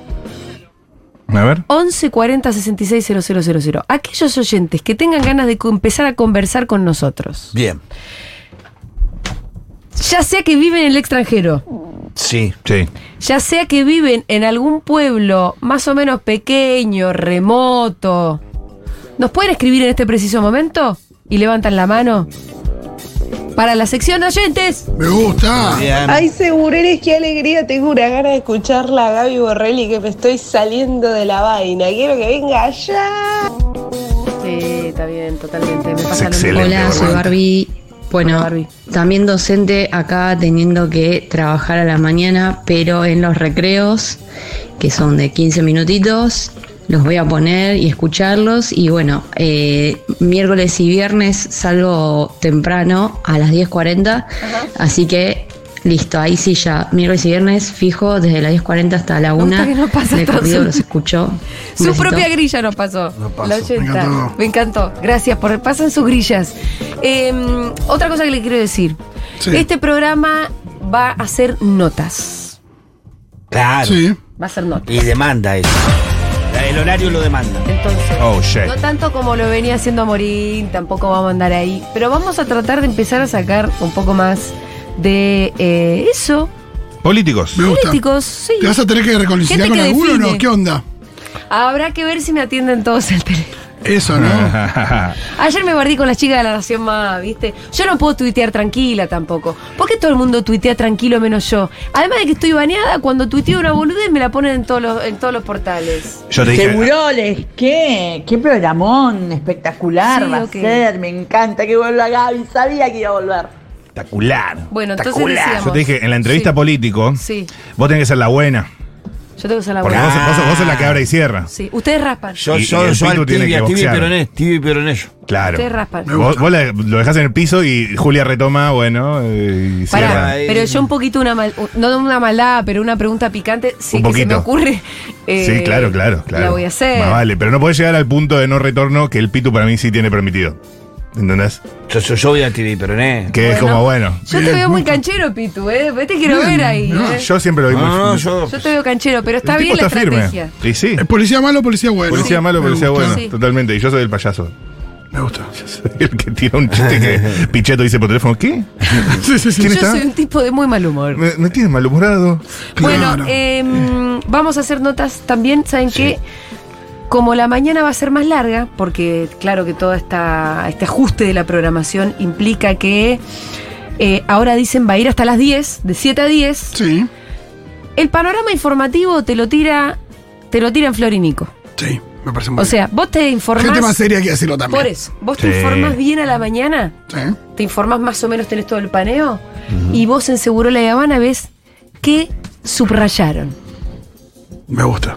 Speaker 2: A ver.
Speaker 1: 11 40 66 000. Aquellos oyentes que tengan ganas de co- empezar a conversar con nosotros,
Speaker 5: Bien.
Speaker 1: ya sea que viven en el extranjero,
Speaker 5: Sí.
Speaker 2: Sí.
Speaker 1: ya sea que viven en algún pueblo más o menos pequeño, remoto, ¿nos pueden escribir en este preciso momento? Y levantan la mano. Para la sección de oyentes.
Speaker 3: Me gusta.
Speaker 5: Bien.
Speaker 6: Ay, segureres, qué alegría. Tengo una gana de escucharla a Gaby Borrelli, que me estoy saliendo de la vaina. Quiero que venga allá.
Speaker 1: Sí, está bien, totalmente. Me
Speaker 2: Es
Speaker 1: pasa lo
Speaker 2: excelente.
Speaker 11: Hola, soy
Speaker 2: Barbie.
Speaker 11: Barbie. Bueno,
Speaker 1: Hola, Barbie.
Speaker 11: también docente acá teniendo que trabajar a la mañana, pero en los recreos, que son de 15 minutitos,
Speaker 14: los voy a poner y escucharlos. Y bueno, eh, miércoles y viernes salgo temprano a las 10.40. Así que listo, ahí sí ya. Miércoles y viernes fijo desde las 10.40 hasta la
Speaker 1: gusta
Speaker 14: 1.
Speaker 1: que no pasa
Speaker 14: de
Speaker 1: todo
Speaker 14: corrido
Speaker 1: su-
Speaker 14: los escucho. Un
Speaker 1: Su
Speaker 14: besito.
Speaker 1: propia grilla nos pasó.
Speaker 14: pasó.
Speaker 1: La 80.
Speaker 14: Me encantó.
Speaker 1: Me encantó. Gracias por pasan sus grillas. Eh, otra cosa que le quiero decir.
Speaker 3: Sí.
Speaker 1: Este programa va a hacer notas.
Speaker 5: Claro.
Speaker 1: Va a ser notas.
Speaker 5: Y demanda eso. El horario lo demanda.
Speaker 1: Entonces,
Speaker 5: Oh,
Speaker 2: Eh.
Speaker 5: shit.
Speaker 1: no tanto como lo venía haciendo Morín, tampoco vamos a andar ahí, pero vamos a tratar de empezar a sacar un poco más de eh, eso.
Speaker 2: Políticos.
Speaker 3: Me gusta.
Speaker 1: Políticos, sí.
Speaker 3: ¿Te vas a tener que reconciliar
Speaker 1: Gente
Speaker 3: con
Speaker 1: que
Speaker 3: alguno o no?
Speaker 1: define.
Speaker 3: ¿Qué onda?
Speaker 1: Habrá que ver si me atienden todos el teléfono.
Speaker 3: Eso, ¿no?
Speaker 1: Ayer me bardí con las chicas de la Nación Más, ¿viste? Yo no puedo tuitear tranquila tampoco. ¿Por qué todo el mundo tuitea tranquilo menos yo? Además de que estoy baneada, cuando tuiteo una boludez me la ponen en todos los, en todos los portales.
Speaker 2: Yo te dije-
Speaker 15: Seguroles, ¿qué? ¿Qué programón espectacular
Speaker 1: Sí,
Speaker 15: va
Speaker 1: ok.
Speaker 15: a ser? Me encanta que vuelva Gaby, sabía que iba a volver.
Speaker 2: Espectacular.
Speaker 1: Bueno, entonces
Speaker 2: Espectacular.
Speaker 1: decíamos.
Speaker 2: Yo te dije, en la entrevista
Speaker 1: Sí.
Speaker 2: político,
Speaker 1: Sí,
Speaker 2: vos tenés que ser la buena.
Speaker 1: yo tengo que usar la
Speaker 2: Porque
Speaker 1: boludez.
Speaker 2: vos, vos- vos sos la que abre y cierra.
Speaker 1: Sí, ustedes raspan.
Speaker 5: Yo,
Speaker 2: Y- y
Speaker 5: yo,
Speaker 2: el
Speaker 5: yo al
Speaker 2: Pitu tiene que
Speaker 5: tibia, tibia y
Speaker 2: boxear.
Speaker 5: peroné, tibia y peroné yo.
Speaker 2: Claro.
Speaker 1: Ustedes raspan.
Speaker 2: Vos, vos la- lo dejás en el piso y Julia retoma, bueno, eh, y
Speaker 1: Pará,
Speaker 2: cierra.
Speaker 1: pero yo un poquito una mal- no una maldad, pero una pregunta picante, si
Speaker 2: Un
Speaker 1: es que se me
Speaker 2: poquito.
Speaker 1: ocurre. eh,
Speaker 2: sí, claro, claro, claro.
Speaker 1: La voy a hacer.
Speaker 2: Más vale, pero no podés llegar al punto de no retorno que el Pitu para mí sí tiene permitido. ¿Entendés?
Speaker 5: Yo, yo, yo voy al tibia y peroné.
Speaker 2: Que es como bueno.
Speaker 1: Yo te veo muy canchero, Pitu, ¿eh? Te quiero
Speaker 3: Bien,
Speaker 1: ver ahí.
Speaker 3: ¿no?
Speaker 1: ¿eh?
Speaker 2: Yo siempre lo vi
Speaker 5: No,
Speaker 2: muy-
Speaker 5: no,
Speaker 2: muy-
Speaker 5: yo.
Speaker 1: Yo te veo canchero, pero está
Speaker 2: el
Speaker 1: bien
Speaker 2: tipo
Speaker 1: la
Speaker 2: está
Speaker 1: estrategia.
Speaker 2: firme. Y sí.
Speaker 3: ¿Es policía malo o policía bueno?
Speaker 2: Policía malo,
Speaker 3: Me
Speaker 2: policía
Speaker 3: gusta.
Speaker 2: bueno.
Speaker 1: Sí.
Speaker 2: Totalmente. Y yo soy el payaso.
Speaker 3: Me gusta.
Speaker 2: Yo soy el que tira un chiste que Pichetto dice por teléfono. ¿Qué?
Speaker 3: Sí, sí, sí.
Speaker 2: ¿Quién
Speaker 1: Yo
Speaker 2: está?
Speaker 1: soy un tipo de muy mal humor.
Speaker 2: Me, me tienes malhumorado.
Speaker 1: Bueno, em, vamos a hacer notas también, ¿saben qué? Como la mañana va a ser más larga, porque claro que todo esta, este ajuste de la programación implica que eh, ahora dicen va a ir hasta las 10, de 7 a 10.
Speaker 3: Sí.
Speaker 1: El panorama informativo te lo tira, te lo tira en Flor y Nico.
Speaker 3: Sí, me parece muy
Speaker 1: O sea, vos te informás.
Speaker 3: Gente más seria que decirlo también.
Speaker 1: Por eso, vos te
Speaker 3: Sí.
Speaker 1: informás bien a la mañana,
Speaker 3: bien.
Speaker 1: te informás más o menos, tenés todo el paneo, y vos en Seguro La Habana ves qué subrayaron.
Speaker 3: Sí, me gusta.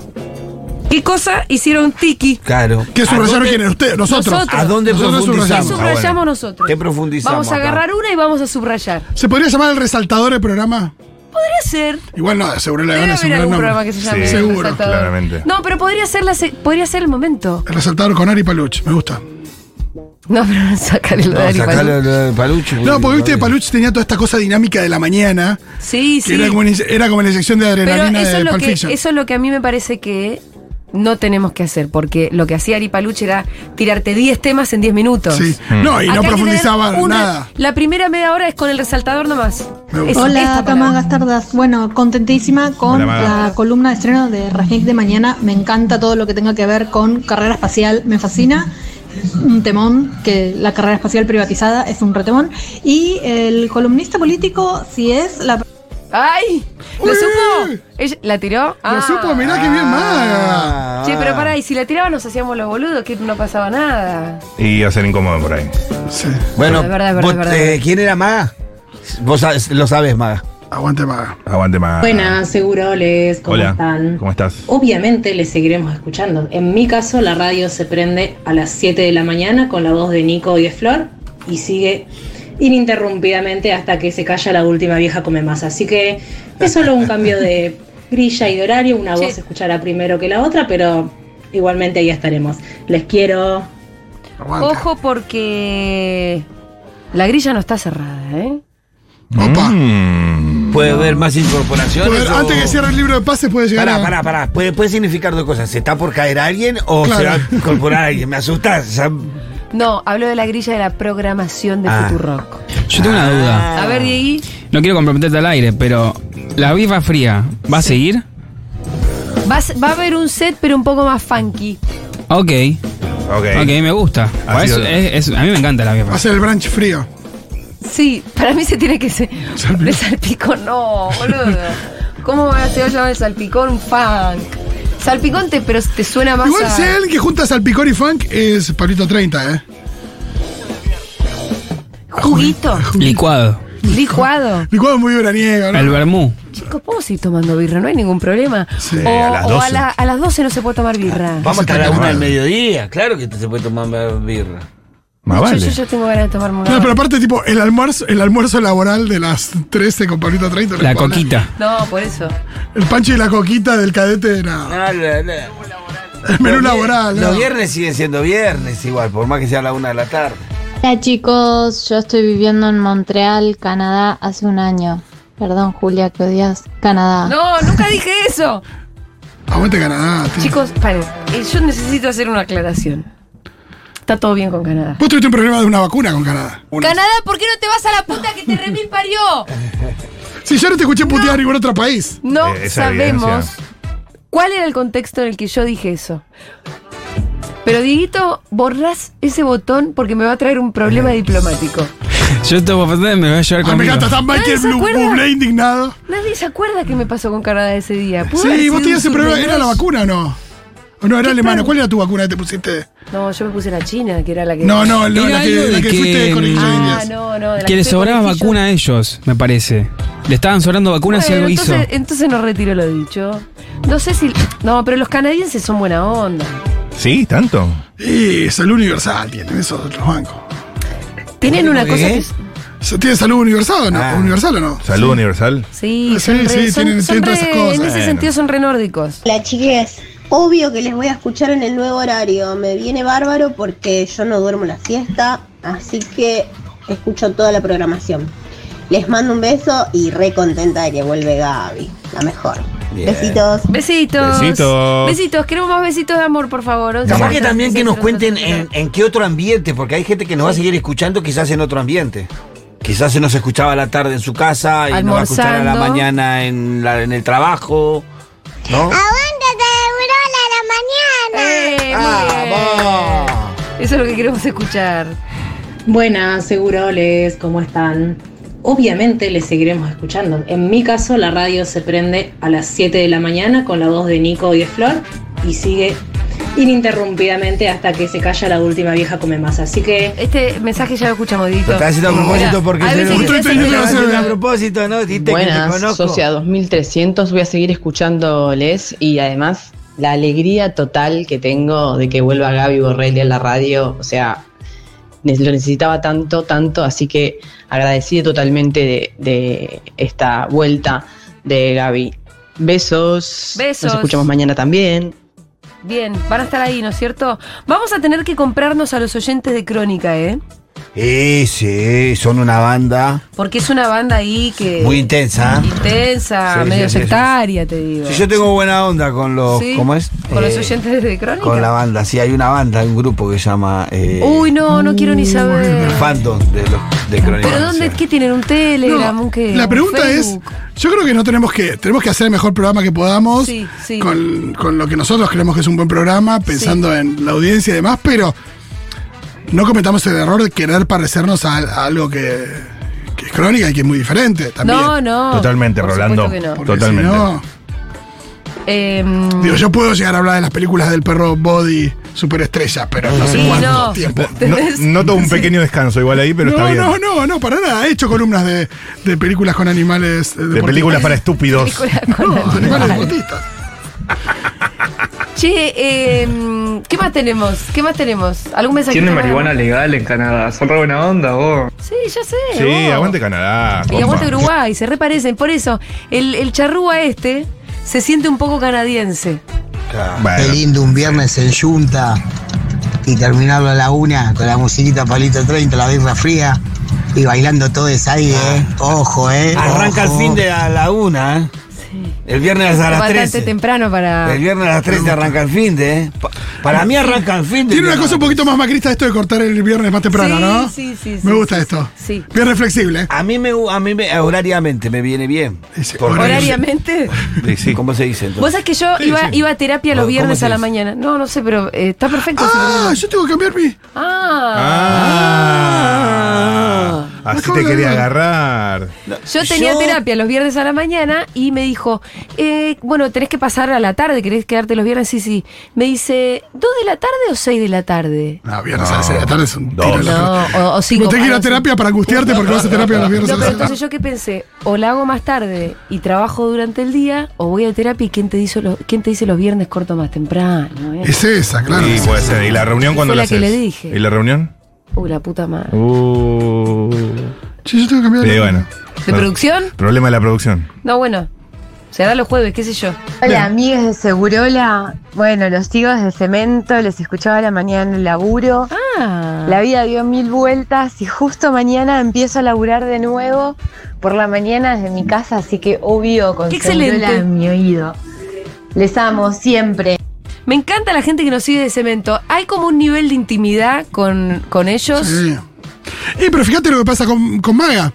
Speaker 1: ¿Qué cosa hicieron tiki?
Speaker 5: Claro.
Speaker 3: ¿Qué subrayaron
Speaker 1: ¿A dónde-
Speaker 3: quiénes? Ustedes, nosotros.
Speaker 1: Nosotros.
Speaker 5: ¿A dónde
Speaker 3: Nosotros
Speaker 1: ¿Qué
Speaker 5: profundizamos?
Speaker 1: subrayamos
Speaker 5: Ah, bueno.
Speaker 1: nosotros?
Speaker 5: ¿Qué profundizamos?
Speaker 1: Vamos a
Speaker 5: acá?
Speaker 1: agarrar una y vamos a subrayar.
Speaker 3: ¿Se podría llamar el resaltador del programa?
Speaker 1: Podría ser.
Speaker 3: Igual no, seguro le
Speaker 1: Debe
Speaker 3: van a
Speaker 1: haber
Speaker 3: asegurar
Speaker 1: algún
Speaker 3: el
Speaker 1: programa que
Speaker 3: nombre.
Speaker 1: se llame
Speaker 2: Sí,
Speaker 1: El
Speaker 2: seguro,
Speaker 1: Resaltador.
Speaker 2: claramente.
Speaker 1: No, pero podría ser, la se- podría ser el momento.
Speaker 3: El resaltador con Ari Paluch, me gusta.
Speaker 1: No, pero no sacale el
Speaker 5: No, sacale lo de Palucho.
Speaker 3: No, porque viste, Paluch tenía toda esta cosa dinámica de la mañana.
Speaker 1: Sí, sí.
Speaker 3: Que era como, en- era como en la sección de
Speaker 1: Pero
Speaker 3: adrenalina
Speaker 1: eso
Speaker 3: de
Speaker 1: es, lo
Speaker 3: Pulp
Speaker 1: que,
Speaker 3: Fiction.
Speaker 1: eso es lo que a mí me parece que no tenemos que hacer, porque lo que hacía Ari Paluch era tirarte 10 temas en 10 minutos.
Speaker 3: Sí. No, y no
Speaker 1: hay que
Speaker 3: profundizaba
Speaker 1: tener una-
Speaker 3: nada.
Speaker 1: La primera media hora es con el resaltador nomás. Es
Speaker 16: Hola,
Speaker 1: esta
Speaker 16: Tama
Speaker 1: palabra.
Speaker 16: Gastardas. Bueno, contentísima con
Speaker 2: Hola, Maga.
Speaker 16: la columna de estreno de Rajnik de mañana. Me encanta todo lo que tenga que ver con carrera espacial. Me fascina. Un temón, que la carrera espacial privatizada es un retemón. Y el columnista político, si es la.
Speaker 1: ¡Ay! ¿Lo
Speaker 16: Uy.
Speaker 1: supo? Ella- ¿La tiró? Ah.
Speaker 3: supo, Ah. mirá qué bien maga.
Speaker 1: Che, pero pará, y si la tiraba nos hacíamos los boludos, que no pasaba nada.
Speaker 2: Y va a ser incómodo por ahí.
Speaker 5: Bueno,
Speaker 1: Es verdad, es verdad,
Speaker 5: vos,
Speaker 1: es verdad, es
Speaker 5: eh,
Speaker 1: verdad.
Speaker 5: ¿quién era Maga? Vos sabes- lo sabes, Maga.
Speaker 3: Aguante maga.
Speaker 2: Aguante más.
Speaker 17: Buenas, seguroles, Ah, ¿cómo
Speaker 2: Hola.
Speaker 17: están?
Speaker 2: ¿Cómo estás?
Speaker 17: Obviamente les seguiremos escuchando. En mi caso, la radio se prende a las 7 de la mañana con la voz de Nico y de Flor y sigue ininterrumpidamente hasta que se calla la última vieja come más. Así que es solo un cambio de grilla y de horario, una voz se escuchará primero que la otra, pero igualmente ahí estaremos. Les quiero.
Speaker 1: Ojo porque la grilla no está cerrada, ¿eh?
Speaker 3: Opa.
Speaker 2: Mm.
Speaker 5: Puede haber más incorporaciones.
Speaker 3: Puede-
Speaker 5: o-
Speaker 3: Antes que cierre el libro de pases puede llegar
Speaker 5: Pará,
Speaker 3: a...
Speaker 5: pará, pará. Puede, puede significar dos cosas. ¿Se está por caer alguien o se va
Speaker 3: Claro.
Speaker 5: a incorporar alguien? Me asustas. ya-
Speaker 1: No, hablo de la grilla de la programación de
Speaker 5: Ah.
Speaker 1: Futurock.
Speaker 4: Yo tengo una duda.
Speaker 1: A ver, Diegui.
Speaker 4: No quiero comprometerte al aire, pero la bifa fría, ¿va a seguir?
Speaker 1: Va, a se- va a haber un set, pero un poco más funky.
Speaker 4: Ok.
Speaker 2: Ok.
Speaker 4: Ok, me gusta.
Speaker 2: Así
Speaker 4: Es-
Speaker 2: es.
Speaker 4: es- es- a mí me encanta la
Speaker 3: Va a
Speaker 4: bifa.
Speaker 3: ser el brunch frío.
Speaker 1: Sí, para mí se tiene que ser. El salpicón, no, boludo. ¿Cómo va a ser llamado el salpicón funk? Salpicón te, pero te suena más
Speaker 3: Igual
Speaker 1: a-
Speaker 3: si hay alguien que junta salpicón y funk es Pablito 30, ¿eh?
Speaker 1: juguito,
Speaker 4: Licuado.
Speaker 1: licuado.
Speaker 3: Licuado muy veraniego, ¿no?
Speaker 4: El vermú.
Speaker 1: chicos, podemos seguir tomando birra, no hay ningún problema.
Speaker 5: Sí,
Speaker 1: o
Speaker 5: a las Ah,
Speaker 1: o a,
Speaker 5: 12.
Speaker 1: la- a las 12 no se puede tomar birra.
Speaker 5: Vamos a estar a la
Speaker 1: Yo-
Speaker 5: una del mediodía, claro que se puede tomar birra.
Speaker 2: Más
Speaker 1: Yo, yo tengo ganas de tomarme una.
Speaker 3: No, pero aparte, tipo, el almuerzo, el almuerzo laboral de las 13 con Pablito 30.
Speaker 4: La coquita.
Speaker 1: No, por eso.
Speaker 3: El pancho y la coquita del cadete era.
Speaker 5: Ah, la- la-
Speaker 3: El
Speaker 5: los vier-
Speaker 3: menú laboral.
Speaker 5: Los
Speaker 3: ¿no?
Speaker 5: viernes siguen siendo viernes igual, por más que sea la una de la tarde.
Speaker 18: Hola chicos, yo estoy viviendo en Montreal, Canadá, hace un año. Perdón, Julia, que odias Canadá.
Speaker 1: No, nunca dije eso.
Speaker 3: Aguante Canadá. tío.
Speaker 1: Chicos, paren. Eh, Yo necesito hacer una aclaración. Está todo bien con Canadá.
Speaker 3: Vos tuviste un problema de una vacuna con Canadá.
Speaker 1: Canadá, ¿por qué no te vas a la puta que te remil parió?
Speaker 3: Si yo no te escuché putear a ningún otro país.
Speaker 1: No
Speaker 3: Eh, esa
Speaker 1: sabemos
Speaker 3: evidencia.
Speaker 1: cuál era el contexto en el que yo dije eso. Pero Dieguito, borrás ese botón porque me va a traer un problema diplomático.
Speaker 4: Yo te voy a pasar y me voy a llevar
Speaker 3: Ah,
Speaker 4: conmigo.
Speaker 3: me encanta, está Michael
Speaker 1: ¿se
Speaker 3: Blu-
Speaker 1: acuerda?
Speaker 3: Bublé indignado.
Speaker 1: Nadie se acuerda qué me pasó con Canadá ese día. Pudo haber
Speaker 3: Sí,
Speaker 1: sido
Speaker 3: vos tenías
Speaker 1: un
Speaker 3: el problema. ¿Era la
Speaker 1: subterráneo.
Speaker 3: vacuna o no? ¿O no era alemana? ¿Cuál era tu vacuna que te pusiste?
Speaker 1: No, yo me puse la China, que era la que.
Speaker 3: No, no, no,
Speaker 4: Era
Speaker 3: la que,
Speaker 4: algo
Speaker 3: la
Speaker 4: de
Speaker 3: que
Speaker 4: que-
Speaker 3: fuiste con el
Speaker 4: Ah,
Speaker 1: Ah, no, no. de la
Speaker 4: Que le
Speaker 1: estoy con
Speaker 4: sobraba
Speaker 1: el
Speaker 4: vacuna a ellos, me parece. Le estaban sobrando vacunas y
Speaker 1: Bueno,
Speaker 4: algo
Speaker 1: entonces,
Speaker 4: hizo.
Speaker 1: entonces no retiro lo dicho. No sé si. No, pero los canadienses son buena onda.
Speaker 2: Sí, tanto.
Speaker 3: Y salud universal tienen esos los bancos.
Speaker 1: Tienen una cosa que.
Speaker 3: ¿Tienen salud universal o no?
Speaker 2: Ah.
Speaker 3: ¿Universal o no?
Speaker 2: Salud universal.
Speaker 1: Sí,
Speaker 3: Ah, Sí,
Speaker 1: son re-
Speaker 3: sí,
Speaker 1: son-
Speaker 3: tienen-
Speaker 1: son
Speaker 3: tienen todas
Speaker 1: re-
Speaker 3: esas cosas.
Speaker 1: En ese
Speaker 3: Bueno.
Speaker 1: sentido son renórdicos.
Speaker 19: La chiques, obvio que les voy a escuchar en el nuevo horario. Me viene bárbaro porque yo no duermo la siesta, así que escucho toda la programación. Les mando un beso y re contenta de que vuelve Gaby, la mejor. Besitos.
Speaker 1: Besitos.
Speaker 5: Besitos.
Speaker 1: Besitos. Queremos más besitos de amor, por favor. Once
Speaker 5: Capaz que
Speaker 1: cuarenta,
Speaker 5: también que nos
Speaker 1: 16,
Speaker 5: cuenten
Speaker 1: 00.
Speaker 5: en, en qué otro ambiente, porque hay gente que nos va a seguir escuchando quizás en otro ambiente. Quizás se nos escuchaba a la tarde en su casa y nos va a escuchar a la
Speaker 12: Almorzando.
Speaker 5: mañana en, la- en el trabajo. ¿No?
Speaker 1: Eh,
Speaker 5: Ah,
Speaker 1: muy bien. Eso es lo que queremos escuchar.
Speaker 17: Buenas, seguroles, ¿cómo están? Obviamente les seguiremos escuchando. En mi caso, la radio se prende a las 7 de la mañana con la voz de Nico y de Flor y sigue ininterrumpidamente hasta que se calla la última vieja come más. Así que.
Speaker 1: Este mensaje ya lo escuchamos, Dito.
Speaker 5: Lo estás haciendo a propósito porque
Speaker 1: hay
Speaker 5: se
Speaker 1: veces
Speaker 5: lo-
Speaker 1: que se
Speaker 5: Lo
Speaker 1: hace-
Speaker 5: estás haciendo a propósito, ¿no? Dijiste que te
Speaker 12: Buenas,
Speaker 5: conozco.
Speaker 12: Socia 2300, voy a seguir escuchándoles y además la alegría total que tengo de que vuelva Gaby Borrelli a la radio, o sea, ne- lo necesitaba tanto, tanto, así que agradecida totalmente de, de esta vuelta de Gaby. Besos.
Speaker 1: Besos.
Speaker 12: Nos escuchamos mañana también.
Speaker 1: Bien, van a estar ahí, ¿no es cierto? Vamos a tener que comprarnos a los oyentes de Crónica, ¿eh?
Speaker 5: Eh, sí, son una banda
Speaker 1: Porque es una banda ahí que.
Speaker 5: muy intensa. ¿eh?
Speaker 1: intensa,
Speaker 5: Sí,
Speaker 1: medio
Speaker 5: sí, sí,
Speaker 1: sectaria, te digo.
Speaker 5: Sí, yo tengo buena onda con los.
Speaker 1: Sí,
Speaker 5: ¿Cómo es?
Speaker 1: Con los
Speaker 5: Eh,
Speaker 1: oyentes de Crónica.
Speaker 5: Con la banda, sí, hay una banda, hay un grupo que se llama. eh,
Speaker 1: Uy, no, no quiero ni saber.
Speaker 5: El fandom de, los, de Crónica.
Speaker 1: ¿Pero dónde? ¿Qué tienen? ¿Un Telegram?
Speaker 3: No,
Speaker 1: ¿Un qué?
Speaker 3: La
Speaker 1: ¿Un
Speaker 3: pregunta es,
Speaker 1: Facebook?
Speaker 3: yo creo que no tenemos que, tenemos que hacer el mejor programa que podamos
Speaker 1: Sí, sí.
Speaker 3: Con, con lo que nosotros creemos que es un buen programa, pensando en la audiencia y demás, pero no cometamos el error de querer parecernos a, a algo que, que es crónica y que es muy diferente también.
Speaker 1: No, no.
Speaker 2: Totalmente,
Speaker 1: Por
Speaker 2: Rolando.
Speaker 1: supuesto que no.
Speaker 3: Porque
Speaker 2: Totalmente.
Speaker 3: si no,
Speaker 1: Eh,
Speaker 3: digo, yo puedo llegar a hablar de las películas del perro Body Superestrella, pero no sé
Speaker 1: Sí,
Speaker 3: cuánto
Speaker 1: no.
Speaker 3: tiempo.
Speaker 2: No- noto un pequeño descanso igual ahí, pero
Speaker 3: no,
Speaker 2: está bien.
Speaker 3: no, no, no, para nada. He hecho columnas de, de películas con animales. eh,
Speaker 2: De
Speaker 3: deportistas.
Speaker 2: películas para estúpidos.
Speaker 3: No, animales deportistas.
Speaker 1: Che, eh, ¿qué más tenemos? ¿Qué más tenemos? ¿Algún mensaje?
Speaker 20: Tiene
Speaker 1: más?
Speaker 20: marihuana legal en Canadá. Son re buena onda, vos.
Speaker 1: Sí, ya sé.
Speaker 2: Sí,
Speaker 1: vos.
Speaker 2: aguante Canadá.
Speaker 1: Y aguante
Speaker 2: compa.
Speaker 1: Uruguay, se reparecen. Por eso, el, el charrúa este se siente un poco canadiense.
Speaker 21: Qué lindo un viernes en Junta y terminarlo a la una con la musiquita palito 30, la birra fría y bailando todo es ahí, ¿eh? Ojo, ¿eh?
Speaker 5: Arranca el
Speaker 21: Ojo.
Speaker 5: fin de a la una, ¿eh? El viernes a
Speaker 1: Es
Speaker 5: las
Speaker 1: bastante
Speaker 5: 13.
Speaker 1: temprano para.
Speaker 5: El viernes a las 13 arranca el fin de, ¿eh? Pa- para mí arranca el fin de.
Speaker 3: Tiene una cosa un poquito más macrista esto de cortar el viernes más temprano,
Speaker 5: Sí,
Speaker 3: ¿no?
Speaker 5: sí, sí,
Speaker 3: Me
Speaker 5: sí,
Speaker 3: gusta esto.
Speaker 1: Sí.
Speaker 3: Bien reflexible.
Speaker 5: A mí me, gu- a mí me- eh, horariamente me viene bien. Porque-
Speaker 1: Horariamente.
Speaker 5: Sí, sí. ¿Cómo se dice entonces?
Speaker 1: Vos sabés que yo iba, iba a terapia los
Speaker 5: ¿Cómo
Speaker 1: viernes
Speaker 5: se
Speaker 1: a la
Speaker 5: dice?
Speaker 1: mañana. No, no sé, pero eh, está perfecto.
Speaker 3: Ah, yo tengo que cambiar mi.
Speaker 1: Ah.
Speaker 2: Ah. Así
Speaker 1: Acabo
Speaker 2: te
Speaker 1: de
Speaker 2: quería
Speaker 1: ver.
Speaker 2: agarrar.
Speaker 1: Yo tenía terapia los viernes a la mañana y me dijo, eh, bueno, tenés que pasar a la tarde, querés quedarte los viernes, sí, sí. Me dice, ¿2 de la tarde o 6 de la tarde?
Speaker 3: No, viernes a las seis de la tarde es un
Speaker 2: Dos.
Speaker 3: tiro.
Speaker 1: No, o- o cinco
Speaker 3: No te quiero
Speaker 1: palos.
Speaker 3: terapia para angustiarte porque vas a terapia los viernes
Speaker 1: No,
Speaker 3: a
Speaker 1: pero
Speaker 3: las seis.
Speaker 1: entonces yo qué pensé, o la hago más tarde y trabajo durante el día, o voy a terapia y quién te dice los, quién te dice los viernes corto más temprano. eh?
Speaker 3: Es esa, claro.
Speaker 2: Y
Speaker 3: es
Speaker 2: puede
Speaker 3: esa.
Speaker 2: ser. ¿Y la reunión
Speaker 1: Fue
Speaker 2: cuando
Speaker 1: la
Speaker 2: la
Speaker 1: que
Speaker 2: haces?
Speaker 1: le dije.
Speaker 2: ¿Y la reunión?
Speaker 1: Uy, la puta madre.
Speaker 2: Uh.
Speaker 3: Sí, yo tengo que cambiar.
Speaker 2: Y bueno.
Speaker 1: ¿De
Speaker 2: No.
Speaker 1: producción?
Speaker 2: Problema de la producción.
Speaker 1: No, bueno. Se da los jueves, qué sé yo.
Speaker 7: Hola, amigas de Segurola. Bueno, los sigo de Cemento, les escuchaba a la mañana en el laburo.
Speaker 1: Ah.
Speaker 7: La vida dio mil vueltas y justo mañana empiezo a laburar de nuevo por la mañana desde mi casa, así que obvio con
Speaker 1: ¡Qué excelente!
Speaker 7: Segurola en mi oído. Les amo siempre.
Speaker 1: Me encanta la gente que nos sigue de cemento. Hay como un nivel de intimidad con, con ellos.
Speaker 3: Sí. Eh, pero fíjate lo que pasa con, con Maga.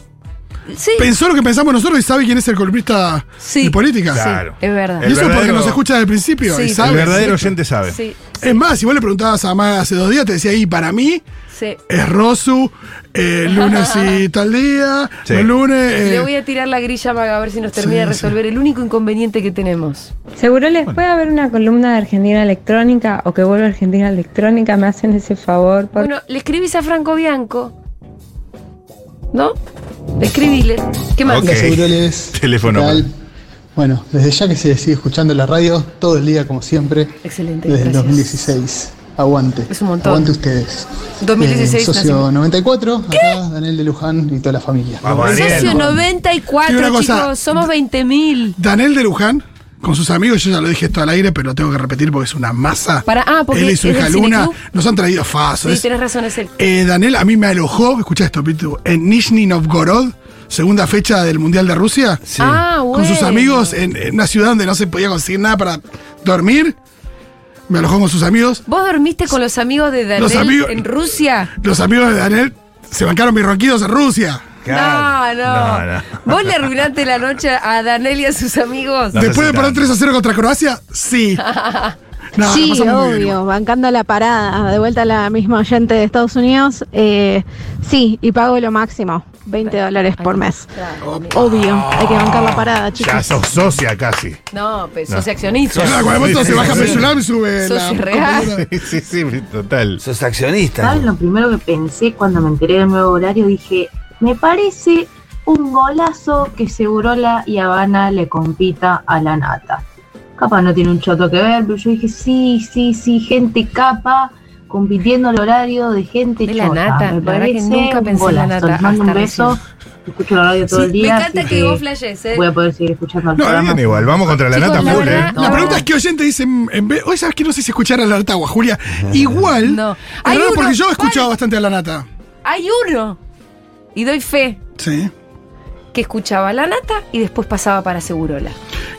Speaker 1: Sí.
Speaker 3: Pensó lo que pensamos nosotros y sabe quién es el columnista de política.
Speaker 2: Sí, Claro.
Speaker 1: es verdad.
Speaker 3: Y
Speaker 2: El
Speaker 3: eso es porque
Speaker 2: verdadero-
Speaker 3: nos escucha desde el principio.
Speaker 2: Sí,
Speaker 3: y sabe.
Speaker 2: el verdadero oyente sabe.
Speaker 1: Sí,
Speaker 3: Es más, si vos le preguntabas a Maga hace dos días, te decía, y para mí
Speaker 1: sí.
Speaker 3: es Rosu, eh, lunes y tal día,
Speaker 2: Sí.
Speaker 3: el lunes. eh,
Speaker 1: Le voy a tirar la grilla Maga, a ver si nos termina de resolver el único inconveniente que tenemos.
Speaker 11: Seguro les puede haber una columna de Argentina Electrónica o que vuelva Argentina Electrónica, me hacen ese favor. por-
Speaker 1: Bueno, le escribís a Franco Bianco. ¿No? Escribile. ¿Qué más?
Speaker 22: Hola, Seguroles.
Speaker 2: Teléfono.
Speaker 22: ¿Qué tal? Bueno, desde ya que se sigue escuchando la radio, todo el día como siempre.
Speaker 1: Excelente.
Speaker 22: Desde el
Speaker 1: gracias.
Speaker 22: 2016. Aguante.
Speaker 1: Es un montón.
Speaker 22: Aguante ustedes.
Speaker 1: 2016
Speaker 22: Eh, socio
Speaker 1: nacimos.
Speaker 22: 94, acá Daniel de Luján y toda la familia.
Speaker 1: Socio
Speaker 3: Te digo
Speaker 1: 94,
Speaker 3: una cosa.
Speaker 1: chicos. Somos 20.000.
Speaker 3: Daniel de Luján, con sus amigos, yo ya lo dije esto al aire, pero lo tengo que repetir porque es una masa.
Speaker 1: Para, ah, porque
Speaker 3: Él y su
Speaker 1: es
Speaker 3: hija
Speaker 1: del
Speaker 3: Luna
Speaker 1: Cineclub.
Speaker 3: nos han traído
Speaker 1: Sí,
Speaker 3: fasos.
Speaker 1: tenés razón, es él.
Speaker 3: Eh, Daniel a mí me alojó, escuchá esto, Pitu, en Nizhny Novgorod, segunda fecha del Mundial de Rusia,
Speaker 1: Ah,
Speaker 3: con sus
Speaker 1: bueno.
Speaker 3: amigos en, en una ciudad donde no se podía conseguir nada para dormir. Me alojó con sus amigos.
Speaker 1: ¿Vos dormiste con los amigos de Daniel
Speaker 3: Los amigos-
Speaker 1: en Rusia?
Speaker 3: Los amigos de Daniel se bancaron mis ronquidos en Rusia.
Speaker 1: No, no,
Speaker 3: No, no.
Speaker 1: Vos le arruinaste la noche a Daniel y a sus amigos.
Speaker 3: Después de perder 3 a 0 contra Croacia, sí. No, la
Speaker 8: sí,
Speaker 3: pasamos muy bien,
Speaker 8: obvio, bancando la parada, de vuelta a la misma oyente de Estados Unidos, eh, sí, y pago lo máximo, 20 dólares por mes. Obvio, hay que bancar
Speaker 3: Ah,
Speaker 8: la
Speaker 1: Ah,
Speaker 8: parada, chicos.
Speaker 2: Ya sos socia casi.
Speaker 1: No, pues
Speaker 2: No.
Speaker 1: sos accionista.
Speaker 3: Claro, cuando vos se baja Pesulam y sube
Speaker 1: Sos
Speaker 3: la
Speaker 1: real.
Speaker 2: Sí, sí, sí, total.
Speaker 5: Sos accionista.
Speaker 23: ¿Saben lo primero que pensé cuando me enteré del nuevo horario? Dije, me parece un golazo que Segurola y Habana le compita a la nata. Capaz no tiene un choto que ver, pero yo dije, sí, sí, sí, gente capa compitiendo al horario de gente
Speaker 1: De la
Speaker 23: chota.
Speaker 1: nata, la
Speaker 23: me
Speaker 1: verdad que
Speaker 23: parece
Speaker 1: nunca
Speaker 23: un
Speaker 1: pensé en la
Speaker 23: golazo.
Speaker 1: nata
Speaker 23: Les mando un
Speaker 1: hasta
Speaker 23: beso. Escucho la radio todo
Speaker 1: Sí,
Speaker 23: el día.
Speaker 1: me encanta
Speaker 23: así
Speaker 1: que vos flashees, ¿eh?
Speaker 23: Voy a poder seguir escuchando el
Speaker 2: No,
Speaker 23: programa.
Speaker 2: bien igual, vamos contra la nata full, eh.
Speaker 3: La pregunta es que oyente dice, mm, en vez- hoy sabes que no sé si escuchar a la nata o a Julia. Igual,
Speaker 1: No.
Speaker 3: no.
Speaker 1: Hay uno,
Speaker 3: porque yo he escuchado bastante a la nata.
Speaker 1: Hay uno. Y doy fe
Speaker 3: Sí.
Speaker 1: que escuchaba la nata y después pasaba para Segurola.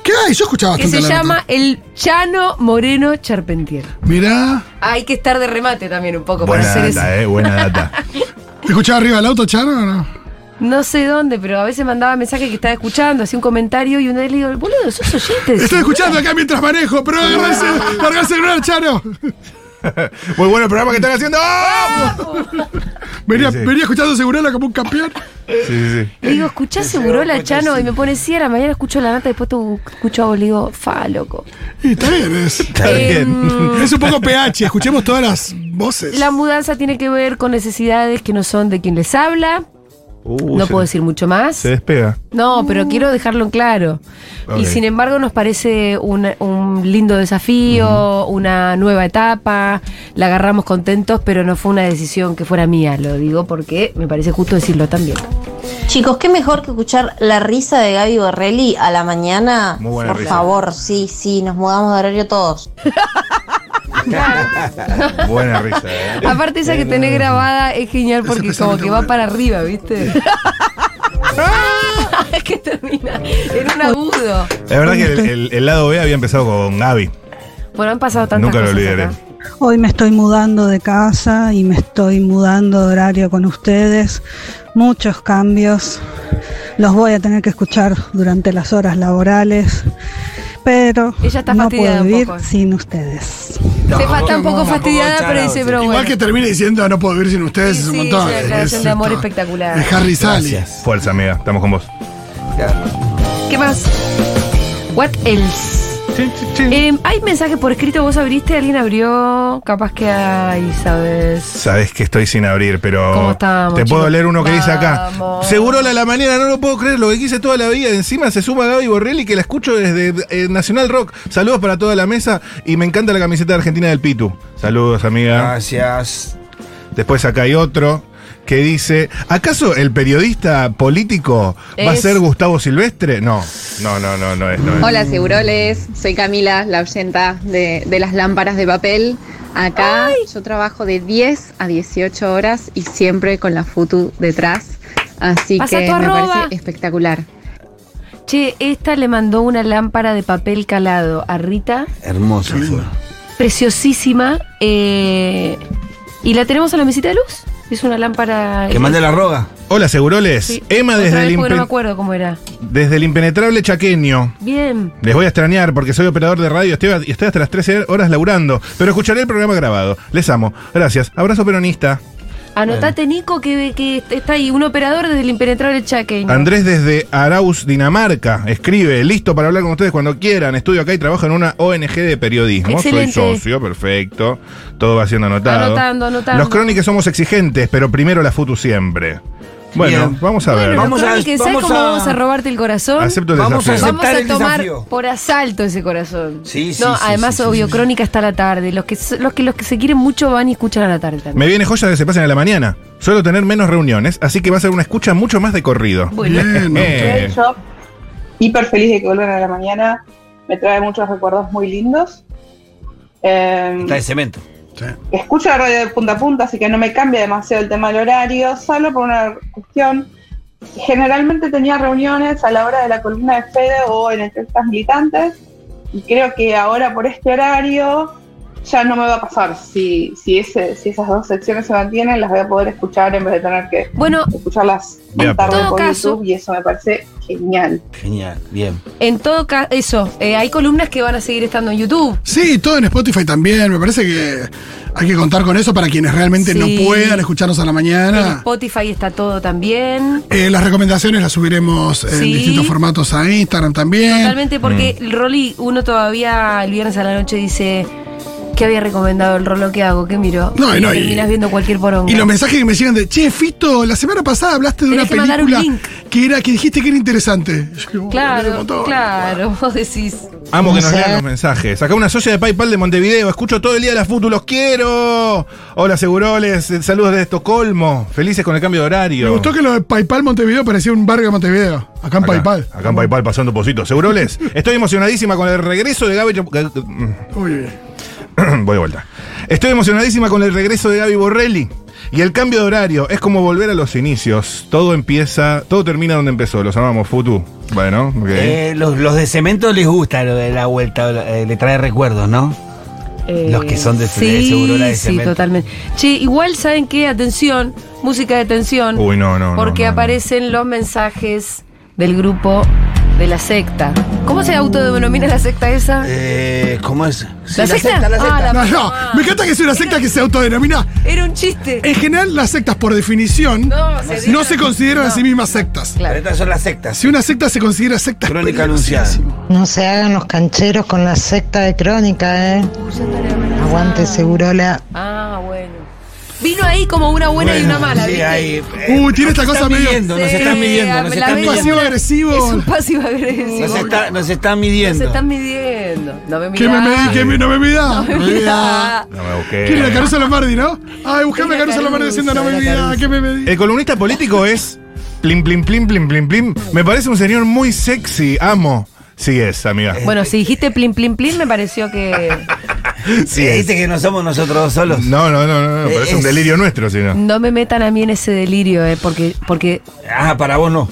Speaker 3: ¿Qué hay? Yo escuchaba
Speaker 1: Que
Speaker 3: bastante
Speaker 1: se
Speaker 3: a la
Speaker 1: llama
Speaker 3: nata.
Speaker 1: el Chano Moreno Charpentier.
Speaker 3: Mirá,
Speaker 1: Hay que estar de remate también un poco para
Speaker 2: Buena
Speaker 1: hacer eso.
Speaker 2: data, eh, buena data.
Speaker 3: ¿te escuchaba arriba del auto, Charo? o no?
Speaker 1: No sé dónde, pero a veces mandaba mensaje que estaba escuchando, hacía un comentario y una vez le digo, boludo, sos oyente. de Segurola?".
Speaker 3: Estoy escuchando acá mientras manejo, pero agarrarse, el celular, Charo.
Speaker 2: Muy bueno el programa que están haciendo.
Speaker 3: Venía,
Speaker 2: Sí, sí.
Speaker 3: venía escuchando Segurola como un campeón.
Speaker 2: Sí, sí, sí.
Speaker 1: Le digo, escuchá Segurola, Chano, y me pone sí, a la mañana escucho la nata, después tú escucho a vos, le digo, fa, loco. Em,
Speaker 3: Y está bien, es.
Speaker 2: Está bien.
Speaker 3: Es un poco PH, escuchemos todas las voces.
Speaker 1: La mudanza tiene que ver con necesidades que no son de quien les habla.
Speaker 2: Uh,
Speaker 1: no
Speaker 2: se-
Speaker 1: puedo decir mucho más.
Speaker 2: Se despega.
Speaker 1: No, pero quiero dejarlo en claro.
Speaker 2: Ok.
Speaker 1: Y sin embargo nos parece un, un lindo desafío, una nueva etapa, la agarramos contentos, pero no fue una decisión que fuera mía, lo digo porque me parece justo decirlo también.
Speaker 24: Chicos, qué mejor que escuchar la risa de Gaby Borrelli a la mañana.
Speaker 2: Muy buena
Speaker 24: Por
Speaker 2: risa.
Speaker 24: favor, sí, sí, nos mudamos de horario todos.
Speaker 2: Buena risa, eh.
Speaker 1: Aparte esa que tenés grabada es genial porque como que va para arriba, ¿viste? es que termina en un agudo.
Speaker 2: La verdad que el, el- el lado B había empezado con Gaby.
Speaker 1: Bueno, han pasado tantas
Speaker 2: Nunca lo
Speaker 1: cosas
Speaker 2: olvidaré.
Speaker 1: acá.
Speaker 25: Hoy me estoy mudando de casa y me estoy mudando de horario con ustedes. Muchos cambios. Los voy a tener que escuchar durante las horas laborales. Pero
Speaker 1: Ella está
Speaker 25: no
Speaker 1: fastidiada
Speaker 25: puedo
Speaker 1: un
Speaker 25: vivir
Speaker 1: poco.
Speaker 25: sin ustedes.
Speaker 1: Tefa está un poco
Speaker 3: no,
Speaker 1: fastidiada,
Speaker 3: tampoco,
Speaker 1: pero
Speaker 3: Charo,
Speaker 1: dice,
Speaker 3: sí.
Speaker 1: pero
Speaker 3: Igual
Speaker 1: bueno.
Speaker 3: que termine diciendo "Ah, no puedo vivir sin ustedes es un
Speaker 1: Sí,
Speaker 3: montón.
Speaker 1: es una declaración
Speaker 3: Es-
Speaker 1: de amor espectacular.
Speaker 3: es Harry Sally.
Speaker 2: Fuerza, amiga. Estamos con vos.
Speaker 1: ¿Qué más? What else? Em, hay mensajes por escrito, vos abriste, alguien abrió, capaz que hay, ¿sabes?
Speaker 2: Sabes que estoy sin abrir, pero.
Speaker 1: ¿Cómo estamos,
Speaker 2: Te puedo
Speaker 1: chicos?
Speaker 2: leer uno que dice acá.
Speaker 1: Vamos.
Speaker 2: Seguro la la mañana, no lo puedo creer, lo que quise toda la vida. Encima se suma Gaby Borrelli, que la escucho desde eh, Nacional Rock. Saludos para toda la mesa y me encanta la camiseta de argentina del Pitu. Saludos, amiga.
Speaker 5: Ah. Gracias.
Speaker 2: Después acá hay otro que dice: ¿Acaso el periodista político va a
Speaker 6: Es-
Speaker 2: ser Gustavo Silvestre? No, no, no, no, no es. No es.
Speaker 6: Hola, Seguroles. Soy Camila, la oyenta de, de las lámparas de papel. Acá yo trabajo de 10 a 18 horas y siempre con la futu detrás. Así
Speaker 1: Pasa
Speaker 6: que
Speaker 1: tu
Speaker 6: me
Speaker 1: arroba.
Speaker 6: parece espectacular.
Speaker 1: Che, esta le mandó una lámpara de papel calado a Rita,
Speaker 5: Hermoso fue.
Speaker 1: preciosísima, eh, y la tenemos a la mesita de luz. Es una lámpara...
Speaker 2: Que mande
Speaker 5: la roga.
Speaker 2: Hola, Seguroles.
Speaker 1: Sí.
Speaker 2: Emma
Speaker 1: Otra
Speaker 2: desde
Speaker 1: vez
Speaker 2: el,
Speaker 1: porque no me
Speaker 2: impen-
Speaker 1: acuerdo cómo era.
Speaker 2: desde el impenetrable chaqueño.
Speaker 1: Bien.
Speaker 2: Les voy a extrañar porque soy operador de radio estoy y estoy hasta las 13 horas laburando, pero escucharé el programa grabado. Les amo. Gracias. Abrazo peronista.
Speaker 1: Anotate, Nico, que, que está ahí, un operador desde el impenetrable chaqueño.
Speaker 2: Andrés desde Arauz, Dinamarca, escribe, listo para hablar con ustedes cuando quieran. Estudio acá y trabajo en una ONG de periodismo.
Speaker 1: Excelente.
Speaker 2: Soy socio, perfecto. Todo va siendo anotado.
Speaker 1: Anotando, anotando.
Speaker 2: Los crónicas somos exigentes, pero primero la futu siempre. Bueno,
Speaker 5: Bien.
Speaker 2: vamos a ver.
Speaker 1: Bueno, Crónica, ¿sabes cómo vamos a robarte el corazón?
Speaker 2: Acepto el
Speaker 5: Vamos a
Speaker 2: desafío.
Speaker 5: aceptar
Speaker 1: Vamos a
Speaker 5: el
Speaker 1: tomar
Speaker 5: desafío.
Speaker 1: por asalto ese corazón.
Speaker 5: Sí, sí,
Speaker 1: No,
Speaker 5: sí,
Speaker 1: además,
Speaker 5: sí, sí,
Speaker 1: obvio,
Speaker 5: sí, sí.
Speaker 1: Crónica está a la tarde. Los que, los que los que se quieren mucho van y escuchan a la tarde también.
Speaker 2: Me viene joya que se pasen a la mañana. Suelo tener menos reuniones, así que va a ser una escucha mucho más de corrido. Eh,
Speaker 1: Bueno.
Speaker 2: Bien.
Speaker 9: Estoy Yo, hiper feliz de que vuelvan a la mañana. Me trae muchos recuerdos muy lindos. Eh,
Speaker 5: Está de cemento.
Speaker 9: escucho la radio de punta a punta, así que no me cambia demasiado el tema del horario, solo por una cuestión. Generalmente tenía reuniones a la hora de la columna de Fede o en entrevistas militantes, y creo que ahora por este horario ya no me va a pasar. Si, si, ese, si esas dos secciones se mantienen, las voy a poder escuchar en vez de tener que
Speaker 1: bueno,
Speaker 9: escucharlas
Speaker 5: Bien,
Speaker 9: más tarde
Speaker 1: en todo
Speaker 9: por
Speaker 1: caso-
Speaker 9: YouTube, y eso me parece genial.
Speaker 5: Genial, bien.
Speaker 1: En todo caso, eso, eh, hay columnas que van a seguir estando en YouTube.
Speaker 3: Sí, todo en Spotify también. Me parece que hay que contar con eso para quienes realmente no
Speaker 1: Sí.
Speaker 3: puedan escucharnos a la
Speaker 5: Ah.
Speaker 1: En
Speaker 3: mañana.
Speaker 1: Spotify está todo también.
Speaker 3: Eh, las recomendaciones las subiremos en
Speaker 1: Sí.
Speaker 3: distintos formatos a Instagram también.
Speaker 5: Mm.
Speaker 1: Totalmente porque el Rolly, uno todavía el viernes a la noche dice que había recomendado el Rolo que hago, que miro.
Speaker 3: No,
Speaker 1: y
Speaker 3: no, y-
Speaker 1: terminas viendo cualquier poronga.
Speaker 3: Y los mensajes que me llegan de, che, Fito, la semana pasada hablaste de
Speaker 1: Tenés
Speaker 3: una
Speaker 1: que mandar un
Speaker 3: película que era que dijiste que era interesante. Yo digo, "Oh, "Bueno,
Speaker 1: Claro,
Speaker 3: un montón".
Speaker 1: claro, vos decís.
Speaker 2: Amo que nos lean los mensajes. Acá una socia de PayPal de Montevideo. Escucho todo el día la futu, los quiero. Hola, seguroles. Eh, Saludos desde Estocolmo. Felices con el cambio de horario.
Speaker 3: Me gustó que lo de PayPal Montevideo parecía un barrio de Montevideo. Acá en PayPal.
Speaker 2: Acá en PayPal pasando positos. Seguroles, estoy emocionadísima con el regreso de Gaby. Chap-
Speaker 3: Uy,
Speaker 2: Voy de vuelta. Estoy emocionadísima con el regreso de Gaby Borrelli. Y el cambio de horario es como volver a los inicios. Todo empieza, todo termina donde empezó. Los amamos, Futu. Bueno, ok.
Speaker 5: Eh, los, los de cemento les gusta lo de la vuelta, eh, le trae recuerdos, ¿no?
Speaker 1: Eh,
Speaker 5: Los que son de- de
Speaker 1: sí,
Speaker 5: seguro la de
Speaker 1: Sí,
Speaker 5: cemento.
Speaker 1: totalmente. Che, igual saben que, atención, música de tensión.
Speaker 2: Uy, no, no, no,
Speaker 1: Porque
Speaker 2: no, no.
Speaker 1: aparecen los mensajes del grupo de la secta. ¿Cómo se autodenomina la secta esa?
Speaker 5: Eh, ¿Cómo es? Sí,
Speaker 1: ¿La, secta?
Speaker 5: la secta.
Speaker 1: Ah, la
Speaker 3: No, no,
Speaker 1: puta
Speaker 3: me encanta que sea una secta que se autodenomina.
Speaker 1: Era un chiste.
Speaker 3: En general, las sectas, por definición,
Speaker 1: No,
Speaker 3: no
Speaker 1: se
Speaker 3: se,
Speaker 1: dieron-
Speaker 3: consideran a sí
Speaker 1: no.
Speaker 3: mismas sectas.
Speaker 5: Pero Estas son las sectas.
Speaker 3: Si una secta se considera secta, es
Speaker 5: Crónica anunciada.
Speaker 10: No se hagan los cancheros con la secta de crónica, ¿eh? Aguante, Segurola.
Speaker 1: Ah, bueno. Vino ahí como una buena y una mala, ¿viste?
Speaker 3: Uy, tiene esta
Speaker 5: eh, nos
Speaker 3: cosa
Speaker 5: están
Speaker 3: medio.
Speaker 5: midiendo, nos
Speaker 1: Sí,
Speaker 5: están midiendo, nos
Speaker 1: la
Speaker 5: están
Speaker 1: media-
Speaker 5: midiendo.
Speaker 1: Es un pasivo agresivo.
Speaker 5: Nos, está- nos están
Speaker 1: Nos
Speaker 5: midiendo.
Speaker 1: están midiendo. No me
Speaker 3: ¿Qué me medí? ¿Qué me, no me mida?
Speaker 1: No me
Speaker 3: No me
Speaker 1: mida.
Speaker 3: mida.
Speaker 2: No me busqué.
Speaker 3: ¿Quién era Caruso Lombardi, no? Ay, buscame a Caruso Lombardi diciendo no me mida. ¿Qué me medí?
Speaker 2: El columnista político es plim plim plim plim plim plim. Me parece un señor muy sexy, amo. Sí es, amiga.
Speaker 5: Eh,
Speaker 1: Bueno, si dijiste plin, plin, plin, me pareció que.
Speaker 2: Sí
Speaker 5: Eh,
Speaker 2: es.
Speaker 5: Dice que no somos nosotros dos solos.
Speaker 2: No, no, no, no, no,
Speaker 5: Eh,
Speaker 2: parece un
Speaker 5: es-
Speaker 2: delirio nuestro, si no.
Speaker 1: No me metan a mí en ese delirio, eh, porque, porque.
Speaker 5: Ah, para vos no.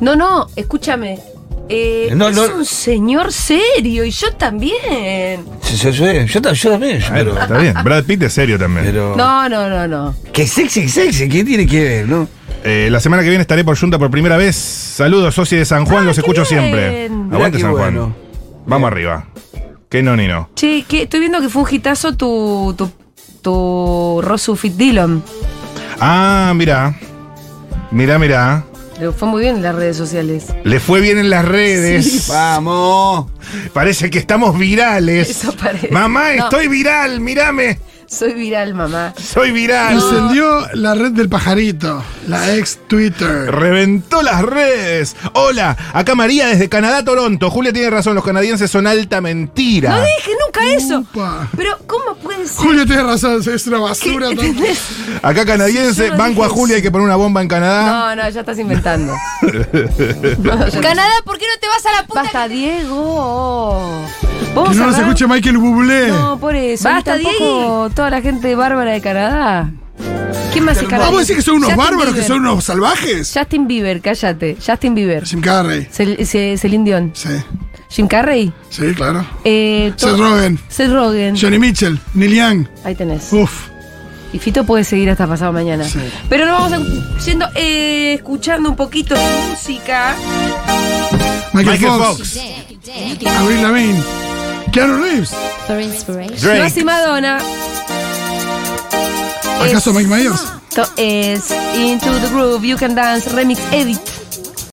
Speaker 1: No, no, escúchame. Eh,
Speaker 5: No,
Speaker 1: es
Speaker 5: no.
Speaker 1: un señor serio y yo también.
Speaker 5: Yo, yo- yo- yo ta- yo también. yo-
Speaker 2: Pero está bien. Brad Pitt es serio también.
Speaker 5: Pero...
Speaker 1: No, no, no, no.
Speaker 5: Que sexy, sexy, ¿qué tiene que ver, no?
Speaker 2: Eh, la semana que viene estaré por Junta por primera vez. Saludos, socio de San Juan, los escucho siempre.
Speaker 1: bien.
Speaker 2: Aguante
Speaker 5: Mirá qué
Speaker 2: San Juan.
Speaker 5: bueno. Eh.
Speaker 2: Vamos arriba. Que no ni no.
Speaker 1: Che, que estoy viendo que fue un hitazo tu, tu, tu Rosu Fit Dillon.
Speaker 2: Ah, mirá. Mirá, mirá.
Speaker 1: Le fue muy bien en las redes sociales.
Speaker 2: Le fue bien en las redes.
Speaker 1: Sí.
Speaker 2: Vamos. Parece que estamos virales.
Speaker 1: Eso parece.
Speaker 2: Mamá,
Speaker 1: No.
Speaker 2: estoy viral, mírame.
Speaker 1: Soy viral, mamá.
Speaker 2: Soy viral.
Speaker 3: Incendió la red del pajarito, la ex Twitter.
Speaker 2: Reventó las redes. Hola, acá María desde Canadá, Toronto. Julia tiene razón, los canadienses son alta mentira.
Speaker 1: No dije nunca eso. Pero, ¿cómo puede ser?
Speaker 3: Julio tiene razón, es una basura. ¿no?
Speaker 2: Acá canadiense,
Speaker 1: Yo no
Speaker 2: banco
Speaker 1: dije
Speaker 2: a Julia, hay que poner una bomba en Canadá.
Speaker 3: Ah.
Speaker 1: No, no, ya estás inventando.
Speaker 13: Canadá, ¿por qué no te vas a la puta?
Speaker 1: Basta, Diego.
Speaker 3: Que
Speaker 1: Vamos
Speaker 3: no
Speaker 1: a
Speaker 3: nos
Speaker 1: hablar-
Speaker 3: escuche Michael Bublé.
Speaker 1: No, por eso.
Speaker 13: Basta,
Speaker 1: Ni tampoco toda la gente bárbara de Canadá. ¿Quién más es
Speaker 3: Vamos a
Speaker 1: canadiense?
Speaker 3: decir que son unos
Speaker 1: Justin
Speaker 3: bárbaros, que
Speaker 1: Bieber.
Speaker 3: son unos salvajes.
Speaker 1: Justin Bieber, cállate. Justin Bieber.
Speaker 3: Jim Carrey.
Speaker 1: Cel- Ce- Celine Dion.
Speaker 3: Sí.
Speaker 1: Jim Carrey.
Speaker 3: Sí, claro.
Speaker 1: Eh, to-
Speaker 3: Seth Rogen,
Speaker 1: Seth Rogen.
Speaker 3: Johnny Mitchell, Neil Young.
Speaker 1: Ahí tenés.
Speaker 3: Uf.
Speaker 1: Y Fito puede seguir hasta pasado mañana.
Speaker 3: Sí.
Speaker 1: Pero nos vamos a- yendo eh, escuchando un poquito de música.
Speaker 3: Michael,
Speaker 2: Michael
Speaker 3: Fox. Avril Lavigne. Keanu Reeves.
Speaker 1: Lo hace Madonna.
Speaker 3: ¿Acaso Mike Myers?
Speaker 1: Esto es Into the Groove, You Can Dance, Remix Edit.